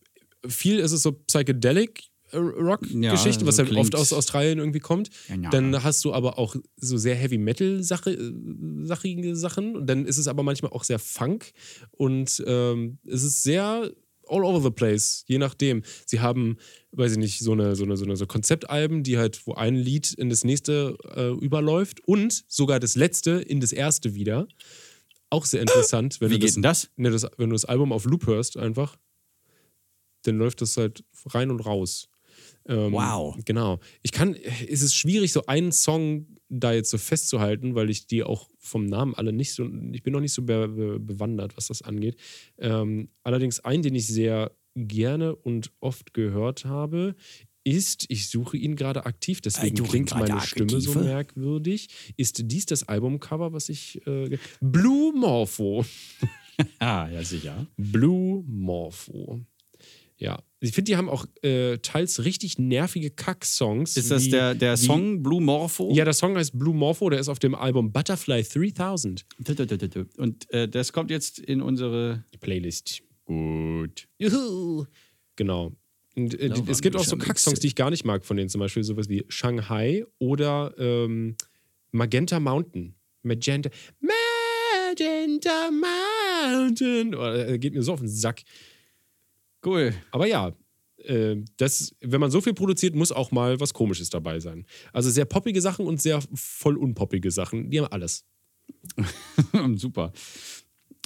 Speaker 2: viel, es ist so Psychedelic äh,
Speaker 1: Ja,
Speaker 2: Rock-Geschichte, was
Speaker 1: so
Speaker 2: halt oft
Speaker 1: klingt-
Speaker 2: aus Australien irgendwie kommt.
Speaker 1: Ja, ja.
Speaker 2: Dann hast du aber auch so sehr Heavy Metal -Sache, äh, sachige Sachen und dann ist es aber manchmal auch sehr Funk und ähm, es ist sehr all over the place, je nachdem. Sie haben, weiß ich nicht, so eine so eine so eine so Konzeptalben, die halt wo ein Lied in das nächste äh, überläuft und sogar das letzte in das erste wieder. Auch sehr interessant, wenn
Speaker 1: Wie
Speaker 2: du
Speaker 1: geht
Speaker 2: das
Speaker 1: denn das?
Speaker 2: Ne, das, wenn du das Album auf Loop hörst, einfach, dann läuft das halt rein und raus. Ähm,
Speaker 1: Wow.
Speaker 2: Genau. Ich kann, es ist schwierig, so einen Song da jetzt so festzuhalten, weil ich die auch vom Namen alle nicht so, ich bin noch nicht so be be bewandert, was das angeht. Ähm, allerdings einen, den ich sehr gerne und oft gehört habe, ist, ich suche ihn gerade aktiv, deswegen
Speaker 1: du
Speaker 2: klingt
Speaker 1: gerade
Speaker 2: meine Stimme so
Speaker 1: aktive?
Speaker 2: merkwürdig. Ist dies das Albumcover, was ich. Äh, ge- Blue Morpho.
Speaker 1: Ah, ja, sicher.
Speaker 2: Blue Morpho. Ja. Ich finde, die haben auch äh, teils richtig nervige Kack-Songs.
Speaker 1: Ist das
Speaker 2: wie-
Speaker 1: der, der
Speaker 2: wie-
Speaker 1: Song Blue Morpho?
Speaker 2: Ja, der Song heißt Blue Morpho, der ist auf dem Album Butterfly 3000
Speaker 1: Und äh, das kommt jetzt in unsere.
Speaker 2: Playlist.
Speaker 1: Gut.
Speaker 2: Juhu. Genau. Und, äh,
Speaker 1: Laura,
Speaker 2: es gibt
Speaker 1: du
Speaker 2: auch so
Speaker 1: bist am
Speaker 2: Kack-Songs, die ich gar nicht mag von denen, zum Beispiel sowas wie Shanghai oder ähm, Magenta Mountain. Magenta. Magenta Mountain. Oh, äh, geht mir so auf den Sack.
Speaker 1: Cool. [LAUGHS]
Speaker 2: Aber ja, äh, das, wenn man so viel produziert, muss auch mal was Komisches dabei sein. Also sehr poppige Sachen und sehr voll unpoppige Sachen. Die haben
Speaker 1: [LAUGHS]
Speaker 2: alles.
Speaker 1: Super.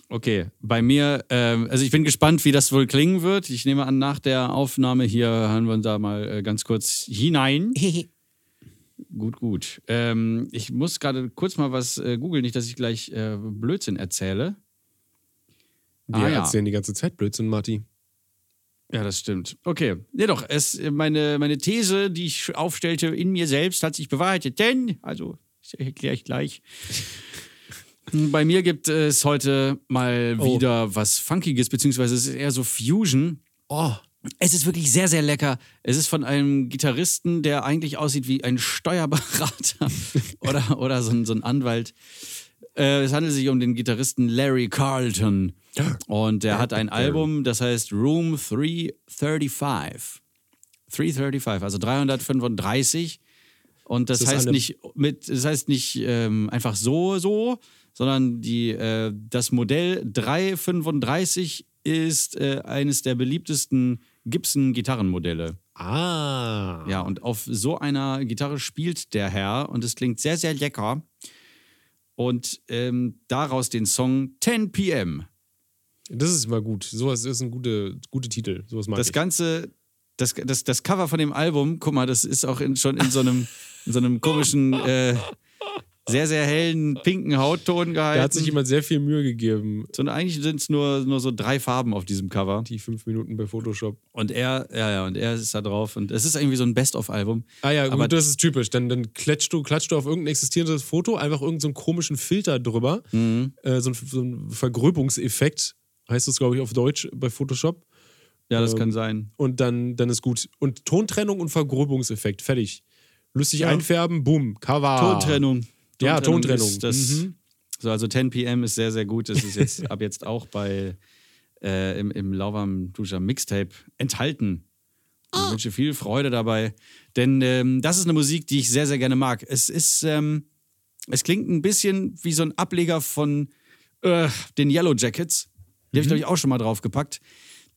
Speaker 1: Okay, bei mir, ähm, also ich bin gespannt, wie das wohl klingen wird. Ich nehme an, nach der Aufnahme hier hören wir uns da mal äh, ganz kurz hinein. gut, gut. Ähm, ich muss gerade kurz mal was äh, googeln, nicht, dass ich gleich äh, Blödsinn erzähle.
Speaker 2: Wir
Speaker 1: Ah, ja.
Speaker 2: erzählen die ganze Zeit Blödsinn, Marty.
Speaker 1: Ja, das stimmt. Okay. Jedoch, es, äh, meine, meine These, die ich aufstellte in mir selbst, hat sich bewahrheitet. Denn, also, das erkläre ich gleich. [LAUGHS] Bei mir gibt es heute mal
Speaker 2: Oh.
Speaker 1: wieder was Funkiges, beziehungsweise es ist eher so Fusion.
Speaker 2: Oh,
Speaker 1: Es ist wirklich sehr, sehr lecker. Es ist von einem Gitarristen, der eigentlich aussieht wie ein Steuerberater [LAUGHS] oder, oder so, ein, so ein Anwalt. Äh, es handelt sich um den Gitarristen Larry
Speaker 2: [GASPS]
Speaker 1: Carlton. Und der hat ein Album, das heißt Room 335. 335, also 335. Und das,
Speaker 2: Ist das
Speaker 1: heißt
Speaker 2: eine-
Speaker 1: nicht mit, das heißt nicht ähm, einfach so, so, sondern die, äh, das Modell 335 ist äh, eines der beliebtesten Gibson-Gitarrenmodelle.
Speaker 2: ah.
Speaker 1: Ja, und auf so einer Gitarre spielt der Herr und es klingt sehr, sehr lecker. Und ähm, daraus den Song 10 PM.
Speaker 2: Das ist immer gut. Sowas ist ein gute, gute Titel. Sowas mag
Speaker 1: Das
Speaker 2: ich.
Speaker 1: ganze, das, das, das Cover von dem Album, guck mal, das ist auch in, schon in so [LAUGHS] einem, in so einem komischen, äh, sehr, sehr hellen, pinken Hautton gehalten.
Speaker 2: Da hat sich jemand sehr viel Mühe gegeben,
Speaker 1: so, und eigentlich sind es nur, nur so drei Farben auf diesem Cover.
Speaker 2: die fünf Minuten bei Photoshop.
Speaker 1: Und er, ja, ja, und er ist da drauf. Und es ist irgendwie so ein Best-of-Album.
Speaker 2: Ah ja,
Speaker 1: Aber-
Speaker 2: gut, das ist typisch. Dann, dann klatschst, du, klatschst du auf irgendein existierendes Foto einfach irgendeinen so einen komischen Filter drüber.
Speaker 1: Mhm.
Speaker 2: Äh, so, ein, so ein Vergröbungseffekt heißt das, glaube ich, auf Deutsch bei Photoshop.
Speaker 1: Ja, das
Speaker 2: Ähm,
Speaker 1: kann sein.
Speaker 2: Und dann, dann ist gut. Und Tontrennung und Vergröbungseffekt. Fertig. Lustig einfärben, boom, Cover.
Speaker 1: Tontrennung.
Speaker 2: Ah. Ja, Tontrennung.
Speaker 1: Ist das,
Speaker 2: Mhm.
Speaker 1: so, also 10 p.m. ist sehr, sehr gut. Das ist jetzt ab jetzt auch bei äh, im, im Lauwarm Duscher Mixtape enthalten. Ich wünsche viel Freude dabei, denn ähm, das ist eine Musik, die ich sehr, sehr gerne mag. Es ist, ähm, es klingt ein bisschen wie so ein Ableger von äh, den Yellow Jackets. Die habe ich, glaube
Speaker 2: Mhm.
Speaker 1: ich, auch schon mal draufgepackt.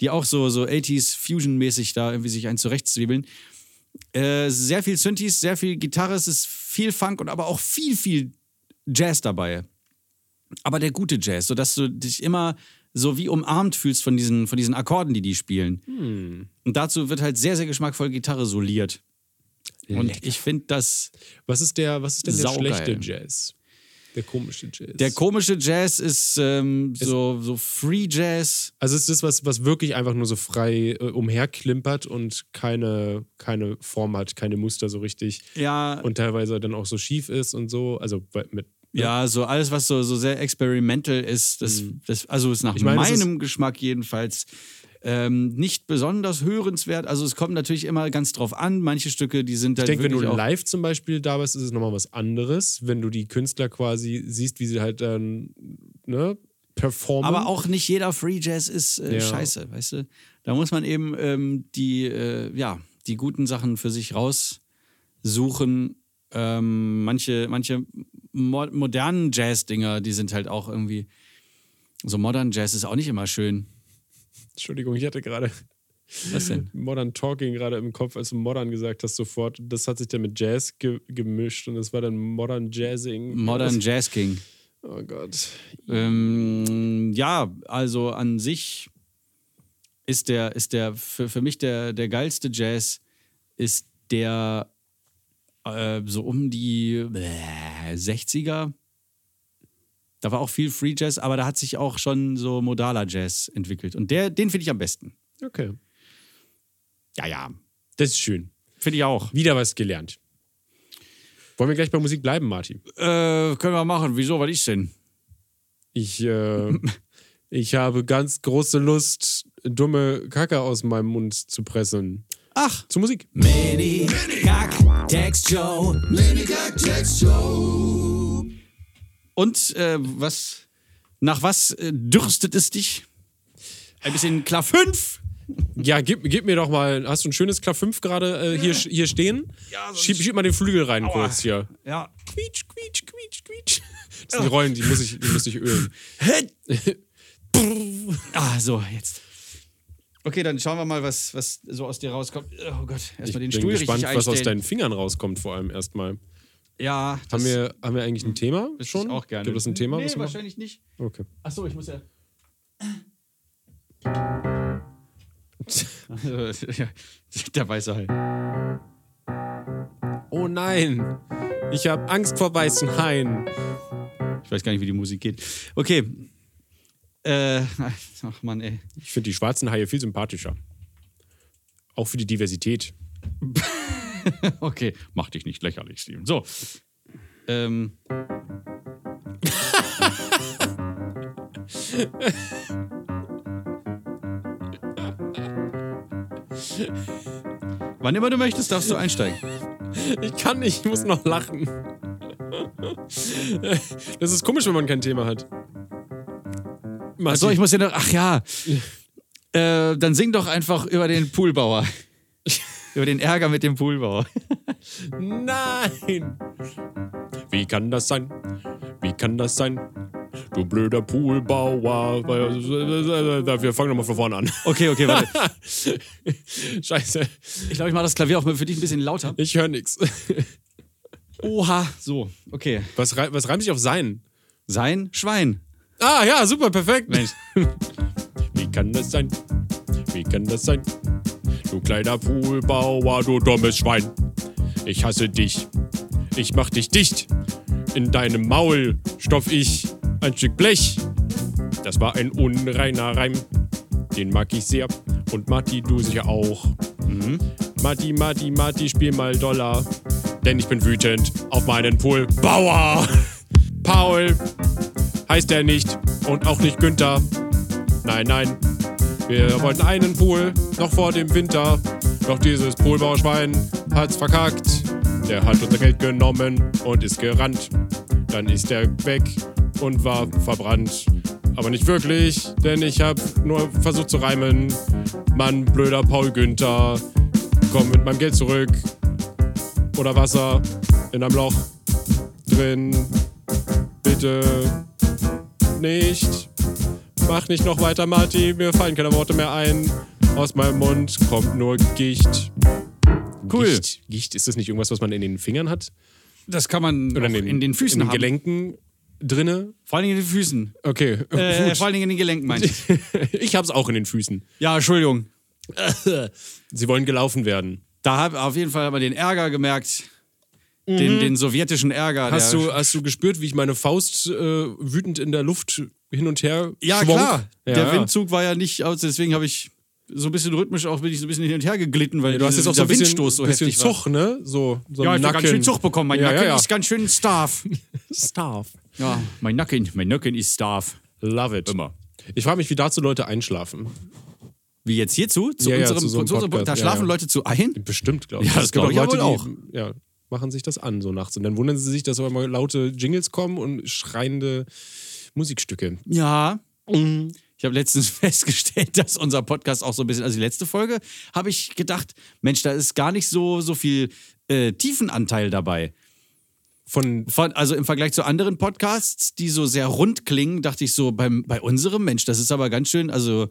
Speaker 1: Die auch so, so 80s Fusion-mäßig da irgendwie sich einen zurechtzwiebeln. Äh, sehr viel Synthes, sehr viel Gitarre, es ist viel Funk und aber auch viel, viel Jazz dabei. Aber der gute Jazz, sodass du dich immer so wie umarmt fühlst von diesen, von diesen Akkorden, die die spielen. Und dazu wird halt sehr, sehr geschmackvoll Gitarre soliert. Und ich finde das,
Speaker 2: Was ist der, was ist denn der
Speaker 1: Saugeil.
Speaker 2: schlechte Jazz? Der komische Jazz.
Speaker 1: der komische Jazz ist ähm, so, so Free Jazz.
Speaker 2: also es ist das, was, was wirklich einfach nur so frei äh, umherklimpert und keine, keine Form hat, keine Muster so richtig.
Speaker 1: Ja,
Speaker 2: Und teilweise dann auch so schief ist und so. Also bei- mit.
Speaker 1: ja, so alles, was so, so sehr experimental ist, das, das also ist nach
Speaker 2: Mhm. Ich meine, es ist-
Speaker 1: meinem Geschmack jedenfalls ähm, nicht besonders hörenswert. Also es kommt natürlich immer ganz drauf an. Manche Stücke, die sind
Speaker 2: Ich
Speaker 1: halt
Speaker 2: denke, wenn du
Speaker 1: wirklich auch-
Speaker 2: live zum Beispiel da bist, ist es nochmal was anderes. Wenn du die Künstler quasi siehst, wie sie halt dann ne, performen.
Speaker 1: Aber auch nicht jeder Free Jazz ist äh,
Speaker 2: Ja.
Speaker 1: scheiße, weißt du? Da muss man eben ähm, die, äh, ja, die guten Sachen für sich raussuchen. Ähm, manche manche mo modernen Jazz-Dinger, die sind halt auch irgendwie. So modern Jazz ist auch nicht immer schön.
Speaker 2: Entschuldigung, ich hatte gerade
Speaker 1: Was denn?
Speaker 2: Modern Talking gerade im Kopf, als du Modern gesagt hast, sofort. Das hat sich dann mit Jazz ge gemischt und das war dann Modern Jazzing.
Speaker 1: Modern Jazz King.
Speaker 2: Oh Gott.
Speaker 1: Ähm, ja, also an sich ist der, ist der für, für mich der, der geilste Jazz ist der äh, so um die äh, 60er. Da war auch viel Free Jazz, aber da hat sich auch schon so modaler Jazz entwickelt. Und der, den finde ich am besten.
Speaker 2: Okay.
Speaker 1: Ja, ja.
Speaker 2: Das ist schön.
Speaker 1: Finde ich auch.
Speaker 2: Wieder was gelernt. Wollen wir gleich bei Musik bleiben, Martin?
Speaker 1: Äh, können wir machen. Wieso? Was ich denn?
Speaker 2: Ich, äh, ich habe ganz große Lust, dumme Kacke aus meinem Mund zu pressen.
Speaker 1: Ach,
Speaker 2: Zur Musik.
Speaker 3: Mini Gag Text Show. Mini Gag Text Show.
Speaker 1: und äh, was? Nach was äh, dürstet es dich? Ein bisschen klar 5?
Speaker 2: Ja, gib, gib mir doch mal. Hast du ein schönes Klar 5 gerade äh, hier, hier stehen? Ja, schieb, schieb mal den Flügel rein kurz hier.
Speaker 1: Ja.
Speaker 2: Quietsch, quietsch,
Speaker 3: [LAUGHS]
Speaker 2: quietsch, quietsch. Das sind die Rollen, die muss ich, die muss ich ölen. [LAUGHS]
Speaker 1: Ah, so, jetzt. Okay, dann schauen wir mal, was, was so aus dir rauskommt. Oh Gott,
Speaker 2: Ich
Speaker 1: erstmal
Speaker 2: bin
Speaker 1: den Stuhl
Speaker 2: gespannt,
Speaker 1: richtig
Speaker 2: was aus
Speaker 1: einstellen.
Speaker 2: deinen Fingern rauskommt, vor allem erstmal.
Speaker 1: ja, das
Speaker 2: Haben wir, haben wir eigentlich ein Thema
Speaker 1: wüsste
Speaker 2: schon?
Speaker 1: ich auch gerne.
Speaker 2: Gibt es ein Thema?
Speaker 1: Nee,
Speaker 2: was wir machen?
Speaker 1: wahrscheinlich nicht.
Speaker 2: Okay. [LAUGHS]
Speaker 1: Ach so, ich muss ja... [LAUGHS] da weiß er halt.
Speaker 2: Oh nein! Ich habe Angst vor weißen Haien.
Speaker 1: Ich weiß gar nicht, wie die Musik geht. Okay. Äh, ach Mann, ey. [LAUGHS]
Speaker 2: Ich finde die schwarzen Haie viel sympathischer. Auch für die Diversität.
Speaker 1: Okay, mach dich nicht lächerlich, Steven. So. Ähm. [LAUGHS] Wann immer du möchtest, darfst du einsteigen.
Speaker 2: Ich kann nicht, ich muss noch lachen. Das ist komisch, wenn man kein Thema hat. Martin,
Speaker 1: So, ich muss ja noch. Ach ja. Äh, dann sing doch einfach über den [LAUGHS] Poolbauer. über den Ärger mit dem Poolbauer.
Speaker 2: Nein! Wie kann das sein? Wie kann das sein? Du blöder Poolbauer. Wir fangen nochmal von vorne an. [LAUGHS]
Speaker 1: Okay, okay, warte.
Speaker 2: Scheiße,
Speaker 1: Ich glaube, ich mache das Klavier auch mal für dich ein bisschen lauter.
Speaker 2: ich höre nichts.
Speaker 1: Oha. So, okay.
Speaker 2: Was, rei- was reimt sich auf sein?
Speaker 1: Sein Schwein.
Speaker 2: [LAUGHS] Ah ja, super, perfekt.
Speaker 1: Mensch.
Speaker 2: kann das sein? Wie kann das sein? Du kleiner Poolbauer, du dummes Schwein. Ich hasse dich. Ich mach dich dicht. In deinem Maul stopf ich ein Stück Blech. Das war ein unreiner Reim. Den mag ich sehr. Und Matti, du sicher auch. Matti, Matti, Matti, spiel mal Dollar. Denn ich bin wütend auf meinen Poolbauer. [LAUGHS] Paul heißt er nicht. Und auch nicht Günther. Nein, nein. Wir wollten einen Pool, noch vor dem Winter. Doch dieses Poolbauschwein hat's verkackt. Der hat unser Geld genommen und ist gerannt. Dann ist er weg und war verbrannt. Aber nicht wirklich, denn ich hab nur versucht zu reimen. Mann, blöder Paul Günther, komm mit meinem Geld zurück. Oder Wasser in einem Loch drin. Bitte nicht. Mach nicht noch weiter, Marty. Mir fallen keine Worte mehr ein. Aus meinem Mund kommt nur Gicht.
Speaker 1: Cool.
Speaker 2: Gicht, Gicht ist das nicht irgendwas, was man in den Fingern hat?
Speaker 1: Das kann man
Speaker 2: Oder
Speaker 1: auch
Speaker 2: den-
Speaker 1: in den Füßen
Speaker 2: In den
Speaker 1: haben.
Speaker 2: Gelenken drinne?
Speaker 1: Vor allen Dingen in den Füßen.
Speaker 2: Okay.
Speaker 1: Äh,
Speaker 2: Gut.
Speaker 1: vor allen Dingen in den Gelenken, meine
Speaker 2: [LAUGHS]
Speaker 1: ich.
Speaker 2: ich hab's auch in den Füßen.
Speaker 1: Ja, Entschuldigung.
Speaker 2: Sie wollen gelaufen werden.
Speaker 1: Da hab auf jeden Fall hat man den Ärger gemerkt. Den, den sowjetischen Ärger.
Speaker 2: Mhm. Hast
Speaker 1: der,
Speaker 2: du, hast du gespürt, wie ich meine Faust äh, wütend in der Luft hin und her
Speaker 1: ja,
Speaker 2: schwong?
Speaker 1: klar.
Speaker 2: Ja,
Speaker 1: der
Speaker 2: ja.
Speaker 1: Windzug war ja nicht aus, deswegen habe ich so ein bisschen rhythmisch auch bin ich so ein bisschen hin und her geglitten, weil
Speaker 2: Ja, du hast
Speaker 1: diese-
Speaker 2: jetzt auch so ein
Speaker 1: dieser
Speaker 2: bisschen,
Speaker 1: Windstoß so
Speaker 2: bisschen
Speaker 1: heftig war.
Speaker 2: Zug, ne? So, so
Speaker 1: Ja,
Speaker 2: im
Speaker 1: ich hab
Speaker 2: Nacken.
Speaker 1: ganz schön Zug bekommen. Mein
Speaker 2: ja,
Speaker 1: Nacken
Speaker 2: ja, ja.
Speaker 1: ist ganz schön
Speaker 2: [LAUGHS]
Speaker 1: starf.
Speaker 2: Staff.
Speaker 1: Ja, mein Nacken, mein Nacken ist starf.
Speaker 2: Love it. Immer. Ich frage mich, wie dazu Leute einschlafen.
Speaker 1: Wie jetzt hierzu? Zu
Speaker 2: Ja, ja,
Speaker 1: unserem,
Speaker 2: zu so einem
Speaker 1: zu unserem
Speaker 2: Podcast.
Speaker 1: Da
Speaker 2: Ja,
Speaker 1: schlafen
Speaker 2: ja.
Speaker 1: Leute zu ein?
Speaker 2: Bestimmt, glaube ich.
Speaker 1: Ja, das
Speaker 2: Es gibt
Speaker 1: glaub ich ja
Speaker 2: Leute, die ja, machen sich das an so nachts. Und dann wundern sie sich, dass auf einmal laute Jingles kommen und schreiende Musikstücke.
Speaker 1: Ja. Um, Ich habe letztens [LAUGHS] festgestellt, dass unser Podcast auch so ein bisschen, also die letzte Folge, habe ich gedacht, Mensch, da ist gar nicht so, so viel äh, Tiefenanteil dabei.
Speaker 2: Von
Speaker 1: Von, also im Vergleich zu anderen Podcasts, die so sehr rund klingen, dachte ich so, beim, bei unserem Mensch, das ist aber ganz schön, also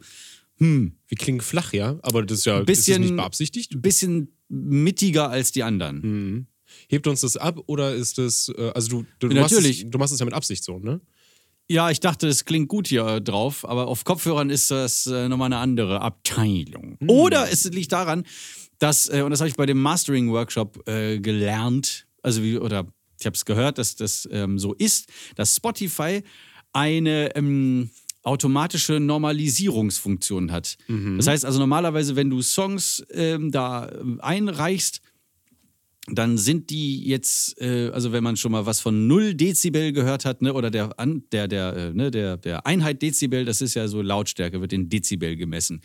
Speaker 2: Wir klingen flach, ja, aber das ist ja ist
Speaker 1: Bisschen-
Speaker 2: das nicht beabsichtigt.
Speaker 1: ein bisschen mittiger als die anderen.
Speaker 2: Hebt uns das ab oder ist das, äh, also du, du, du,
Speaker 1: Natürlich.
Speaker 2: Machst es, du machst es ja mit Absicht so, ne?
Speaker 1: Ja, ich dachte, es klingt gut hier äh, drauf, aber auf Kopfhörern ist das äh, nochmal eine andere Abteilung. Oder es liegt daran, dass, äh, und das habe ich bei dem Mastering-Workshop äh, gelernt, also wie, oder ich habe es gehört, dass das ähm, so ist, dass Spotify eine ähm, automatische Normalisierungsfunktion hat. Das heißt also normalerweise, wenn du Songs ähm, da ähm, einreichst, dann sind die jetzt, äh, also wenn man schon mal was von 0 Dezibel gehört hat, ne, oder der, an, der, der, äh, ne, der, der Einheit Dezibel, das ist ja so Lautstärke, wird in Dezibel gemessen.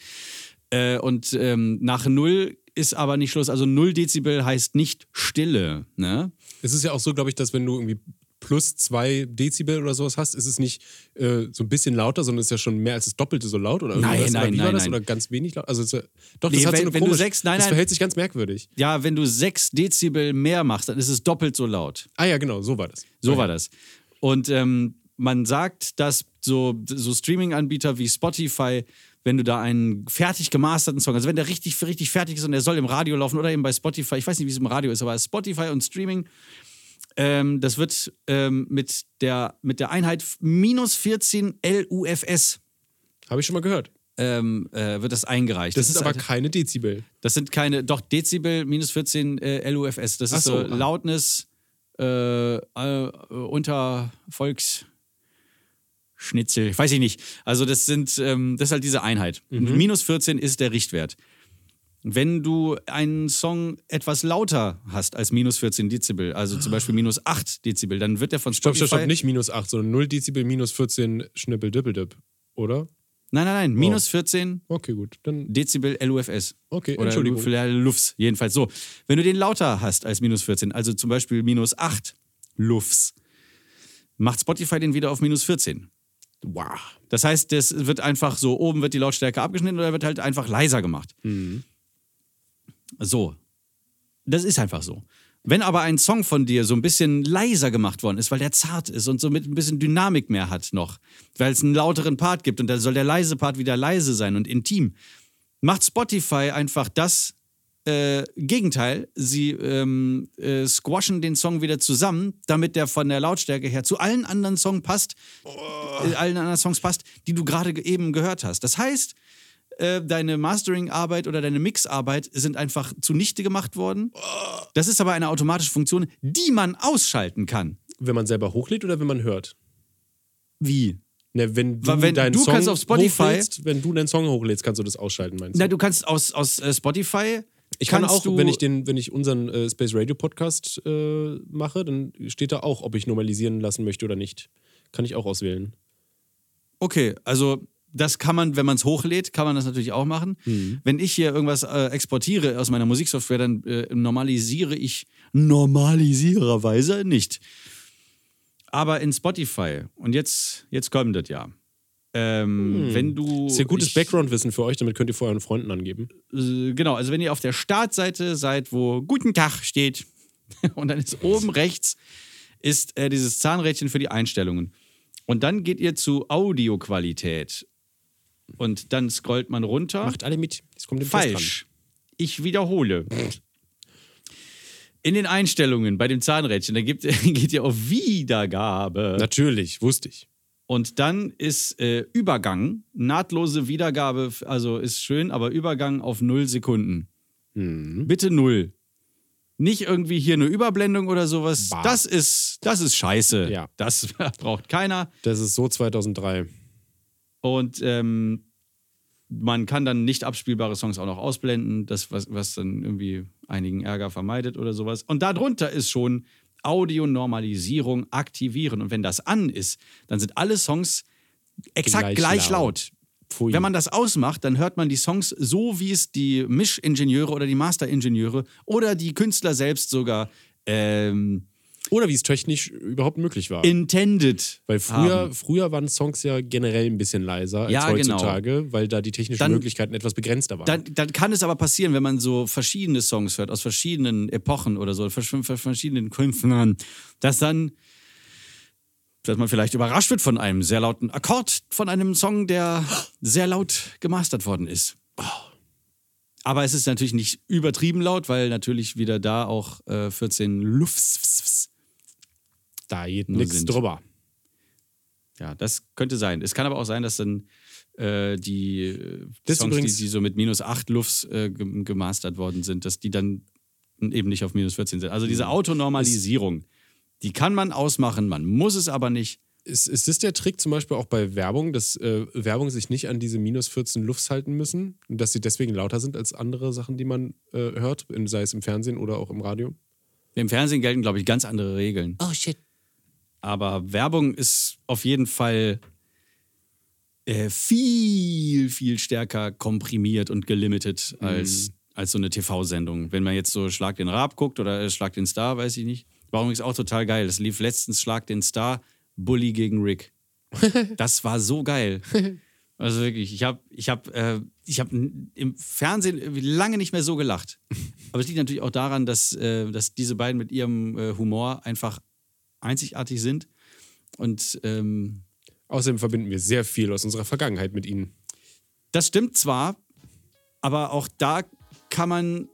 Speaker 1: Äh, und ähm, nach 0 ist aber nicht Schluss. Also 0 Dezibel heißt nicht Stille. Ne?
Speaker 2: Es ist ja auch so, glaube ich, dass wenn du irgendwie plus zwei Dezibel oder sowas hast, ist es nicht äh, so ein bisschen lauter, sondern es ist ja schon mehr als das Doppelte so laut oder
Speaker 1: Nein,
Speaker 2: irgendwas. oder
Speaker 1: nein,
Speaker 2: wie war
Speaker 1: nein,
Speaker 2: das?
Speaker 1: nein.
Speaker 2: Oder ganz wenig laut? Also es ist ja, doch, das
Speaker 1: Nee,
Speaker 2: hat so
Speaker 1: wenn-
Speaker 2: eine
Speaker 1: wenn du
Speaker 2: komische,
Speaker 1: sechs- nein,
Speaker 2: das
Speaker 1: nein.
Speaker 2: verhält sich ganz merkwürdig.
Speaker 1: Ja, wenn du 6 Dezibel mehr machst, dann ist es doppelt so laut.
Speaker 2: Ah ja, genau, so war das.
Speaker 1: So
Speaker 2: Okay.
Speaker 1: war das. Und ähm, man sagt, dass so, so Streaming-Anbieter wie Spotify, wenn du da einen fertig gemasterten Song, also wenn der richtig, richtig fertig ist und der soll im Radio laufen oder eben bei Spotify, ich weiß nicht, wie es im Radio ist, aber Spotify und Streaming, ähm, das wird ähm, mit, der, mit der Einheit minus 14 LUFS
Speaker 2: Habe ich schon mal gehört.
Speaker 1: ähm, äh, wird das eingereicht.
Speaker 2: Das, ist, aber
Speaker 1: halt-
Speaker 2: keine Dezibel.
Speaker 1: das sind keine, doch Dezibel minus 14 äh, LUFS. Das
Speaker 2: Ach
Speaker 1: ist
Speaker 2: so,
Speaker 1: so,
Speaker 2: ah.
Speaker 1: Lautness äh, äh, unter Volksschnitzel. Weiß ich nicht. Also das sind, ähm, das ist halt diese Einheit.
Speaker 2: Mhm.
Speaker 1: Minus 14 ist der Richtwert. Wenn du einen Song etwas lauter hast als minus 14 Dezibel, also zum Beispiel minus 8 Dezibel, dann wird der von
Speaker 2: Stopp,
Speaker 1: Spotify...
Speaker 2: stopp, stopp, nicht minus 8, sondern 0 Dezibel minus 14 schnippel dipp oder?
Speaker 1: Nein, nein, nein. Minus
Speaker 2: Oh.
Speaker 1: 14
Speaker 2: Okay, gut. Dann
Speaker 1: Dezibel LUFS.
Speaker 2: Okay,
Speaker 1: Oder
Speaker 2: Entschuldigung.
Speaker 1: Lu- vielleicht Lufs, jedenfalls so. Wenn du den lauter hast als minus 14, also zum Beispiel minus 8 Lufs, macht Spotify den wieder auf minus 14.
Speaker 2: wow.
Speaker 1: Das heißt, das wird einfach so, oben wird die Lautstärke abgeschnitten oder wird halt einfach leiser gemacht. So. Das ist einfach so. Wenn aber ein Song von dir so ein bisschen leiser gemacht worden ist, weil der zart ist und somit ein bisschen Dynamik mehr hat noch, weil es einen lauteren Part gibt und dann soll der leise Part wieder leise sein und intim, macht Spotify einfach das äh, Gegenteil. Sie ähm, äh, squashen den Song wieder zusammen, damit der von der Lautstärke her zu allen anderen Songs passt, äh, allen anderen Songs passt, die du gerade ge- eben gehört hast. Das heißt, äh, deine Mastering-Arbeit oder deine Mix-Arbeit sind einfach zunichte gemacht worden. Das ist aber eine automatische Funktion, die man ausschalten kann.
Speaker 2: Wenn man selber hochlädt oder wenn man hört?
Speaker 1: Wie?
Speaker 2: Ne, wenn du
Speaker 1: Weil wenn-
Speaker 2: deinen
Speaker 1: du
Speaker 2: Song
Speaker 1: kannst auf Spotify-
Speaker 2: hochlädst, wenn du deinen Song hochlädst, kannst du das ausschalten, meinst du?
Speaker 1: Na, du kannst aus, aus äh, Spotify.
Speaker 2: Ich kann
Speaker 1: kannst
Speaker 2: auch,
Speaker 1: du,
Speaker 2: wenn ich den, wenn ich unseren äh, Space Radio Podcast äh, mache, dann steht da auch, ob ich normalisieren lassen möchte oder nicht. Kann ich auch auswählen.
Speaker 1: Okay, also das kann man, wenn man es hochlädt, kann man das natürlich auch machen.
Speaker 2: Mhm.
Speaker 1: Wenn ich hier irgendwas äh, exportiere aus meiner Musiksoftware, dann äh, normalisiere ich normalisiererweise nicht. Aber in Spotify, und jetzt, jetzt kommt das ja. Ähm, Wenn du.
Speaker 2: Hm. Ist ja gutes
Speaker 1: ich-
Speaker 2: Background-Wissen für euch, damit könnt ihr vorher euren Freunden angeben.
Speaker 1: äh, genau, also wenn ihr auf der Startseite seid, wo Guten Tag steht, [LAUGHS] und dann ist oben rechts ist äh, dieses Zahnrädchen für die Einstellungen. Und dann geht ihr zu Audioqualität. Und dann scrollt man runter.
Speaker 2: Macht alle mit. Es kommt dem
Speaker 1: Ah. Falsch. Ich wiederhole. In den Einstellungen bei dem Zahnrädchen, da gibt, [LAUGHS] geht ihr auf Wiedergabe.
Speaker 2: An. Natürlich, wusste ich.
Speaker 1: Und dann ist äh, Übergang, nahtlose Wiedergabe, f- also ist schön, aber Übergang auf null Sekunden.
Speaker 2: Hm.
Speaker 1: Bitte null. Nicht irgendwie hier eine Überblendung oder sowas.
Speaker 2: Bah.
Speaker 1: Das ist, das ist scheiße.
Speaker 2: Ja.
Speaker 1: Das [LAUGHS] braucht keiner.
Speaker 2: Das ist so 2003.
Speaker 1: Und ähm, man kann dann nicht abspielbare Songs auch noch ausblenden, das, was, was dann irgendwie einigen Ärger vermeidet oder sowas. Und darunter ist schon Audionormalisierung aktivieren. Und wenn das an ist, dann sind alle Songs exakt
Speaker 2: Gleich
Speaker 1: gleich
Speaker 2: laut.
Speaker 1: laut.
Speaker 2: Pfui.
Speaker 1: Wenn man das ausmacht, dann hört man die Songs so, wie es die Mischingenieure oder die Masteringenieure oder die Künstler selbst sogar ähm,
Speaker 2: Oder wie es technisch überhaupt möglich war.
Speaker 1: intended.
Speaker 2: weil früher,
Speaker 1: haben.
Speaker 2: früher waren Songs ja generell ein bisschen leiser als
Speaker 1: Ja, genau.
Speaker 2: heutzutage, weil da die technischen
Speaker 1: Dann-
Speaker 2: Möglichkeiten etwas begrenzter waren.
Speaker 1: Dann, dann kann es aber passieren, wenn man so verschiedene Songs hört, aus verschiedenen Epochen oder so, versch- ver- verschiedenen Künstlern, dass dann, dass man vielleicht überrascht wird von einem sehr lauten Akkord, von einem Song, der sehr laut gemastert worden ist. Aber es ist natürlich nicht übertrieben laut, weil natürlich wieder da auch äh, 14 Lufts.
Speaker 2: da geht
Speaker 1: Nur
Speaker 2: nichts
Speaker 1: sind.
Speaker 2: drüber.
Speaker 1: Ja, das könnte sein. Es kann aber auch sein, dass dann äh, die äh,
Speaker 2: Das
Speaker 1: Songs,
Speaker 2: übrigens-
Speaker 1: die, die so mit minus 8 Lufts äh, gem- gemastert worden sind, dass die dann eben nicht auf minus 14 sind. Also diese
Speaker 2: Mhm.
Speaker 1: Autonormalisierung, die kann man ausmachen, man muss es aber nicht.
Speaker 2: Ist, ist das der Trick zum Beispiel auch bei Werbung, dass äh, Werbung sich nicht an diese minus 14 Lufts halten müssen und dass sie deswegen lauter sind als andere Sachen, die man äh, hört, in- sei es im Fernsehen oder auch im Radio?
Speaker 1: Im Fernsehen gelten, glaube ich, ganz andere Regeln.
Speaker 2: Oh shit.
Speaker 1: Aber Werbung ist auf jeden Fall äh, viel, viel stärker komprimiert und gelimitet als,
Speaker 2: Mhm.
Speaker 1: als so eine TV-Sendung. Wenn man jetzt so Schlag den Raab guckt oder äh, Schlag den Star, weiß ich nicht. War übrigens auch total geil. Es lief letztens Schlag den Star, Bully gegen
Speaker 2: [LAUGHS]
Speaker 1: Rick. Das war so geil. Also wirklich, ich habe ich hab, äh, ich hab n- im Fernsehen irgendwie lange nicht mehr so gelacht. Aber es liegt natürlich auch daran, dass, äh, dass diese beiden mit ihrem äh, Humor einfach einzigartig sind. Und ähm,
Speaker 2: Außerdem verbinden wir sehr viel aus unserer Vergangenheit mit ihnen.
Speaker 1: das stimmt zwar, aber auch da kann man,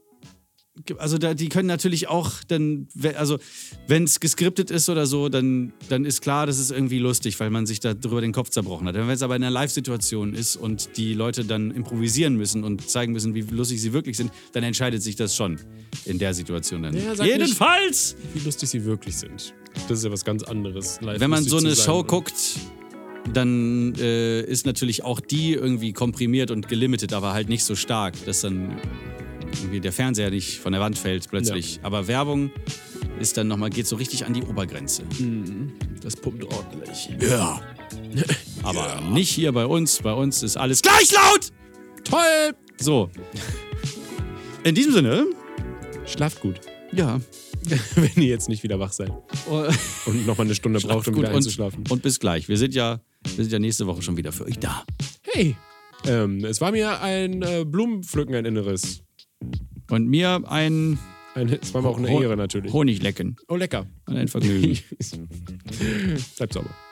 Speaker 1: also da, die können natürlich auch dann, we- also wenn es geskriptet ist oder so, dann, dann ist klar, das ist irgendwie lustig, weil man sich da drüber den Kopf zerbrochen hat. Wenn es aber in einer Live-Situation ist und die Leute dann improvisieren müssen und zeigen müssen, wie lustig sie wirklich sind, dann entscheidet sich das schon in der Situation dann.
Speaker 2: Ja, sag nicht-
Speaker 1: Jedenfalls!
Speaker 2: Wie lustig sie wirklich sind. Das ist ja was ganz anderes. Live
Speaker 1: Wenn man
Speaker 2: lustig
Speaker 1: so
Speaker 2: zu
Speaker 1: eine
Speaker 2: sein, ne?
Speaker 1: Show
Speaker 2: oder?
Speaker 1: guckt, dann äh, ist natürlich auch die irgendwie komprimiert und gelimitet, aber halt nicht so stark, dass dann irgendwie der Fernseher nicht von der Wand fällt plötzlich. Aber Werbung ist dann nochmal, geht so richtig an die Obergrenze.
Speaker 2: Mhm. Das pumpt ordentlich.
Speaker 1: Ja. Aber nicht hier bei uns. Bei uns ist alles gleich laut!
Speaker 2: Toll! [LAUGHS]
Speaker 1: So. In diesem Sinne,
Speaker 2: Schlaft gut, [LAUGHS]
Speaker 1: ja.
Speaker 2: wenn ihr jetzt nicht wieder wach seid
Speaker 1: [LAUGHS] Oh,
Speaker 2: und nochmal eine Stunde braucht, um wieder einzuschlafen.
Speaker 1: und, und bis gleich. Wir sind ja, wir sind ja nächste Woche schon wieder für euch da.
Speaker 2: hey! Ähm, es war mir ein äh, Blumenpflücken ein Inneres.
Speaker 1: Und mir ein
Speaker 2: Eine, es war mir auch eine
Speaker 1: Hon-
Speaker 2: Ehre natürlich.
Speaker 1: Honiglecken.
Speaker 2: [LAUGHS] Oh, lecker.
Speaker 1: Ein Vergnügen.
Speaker 2: Bleibt sauber.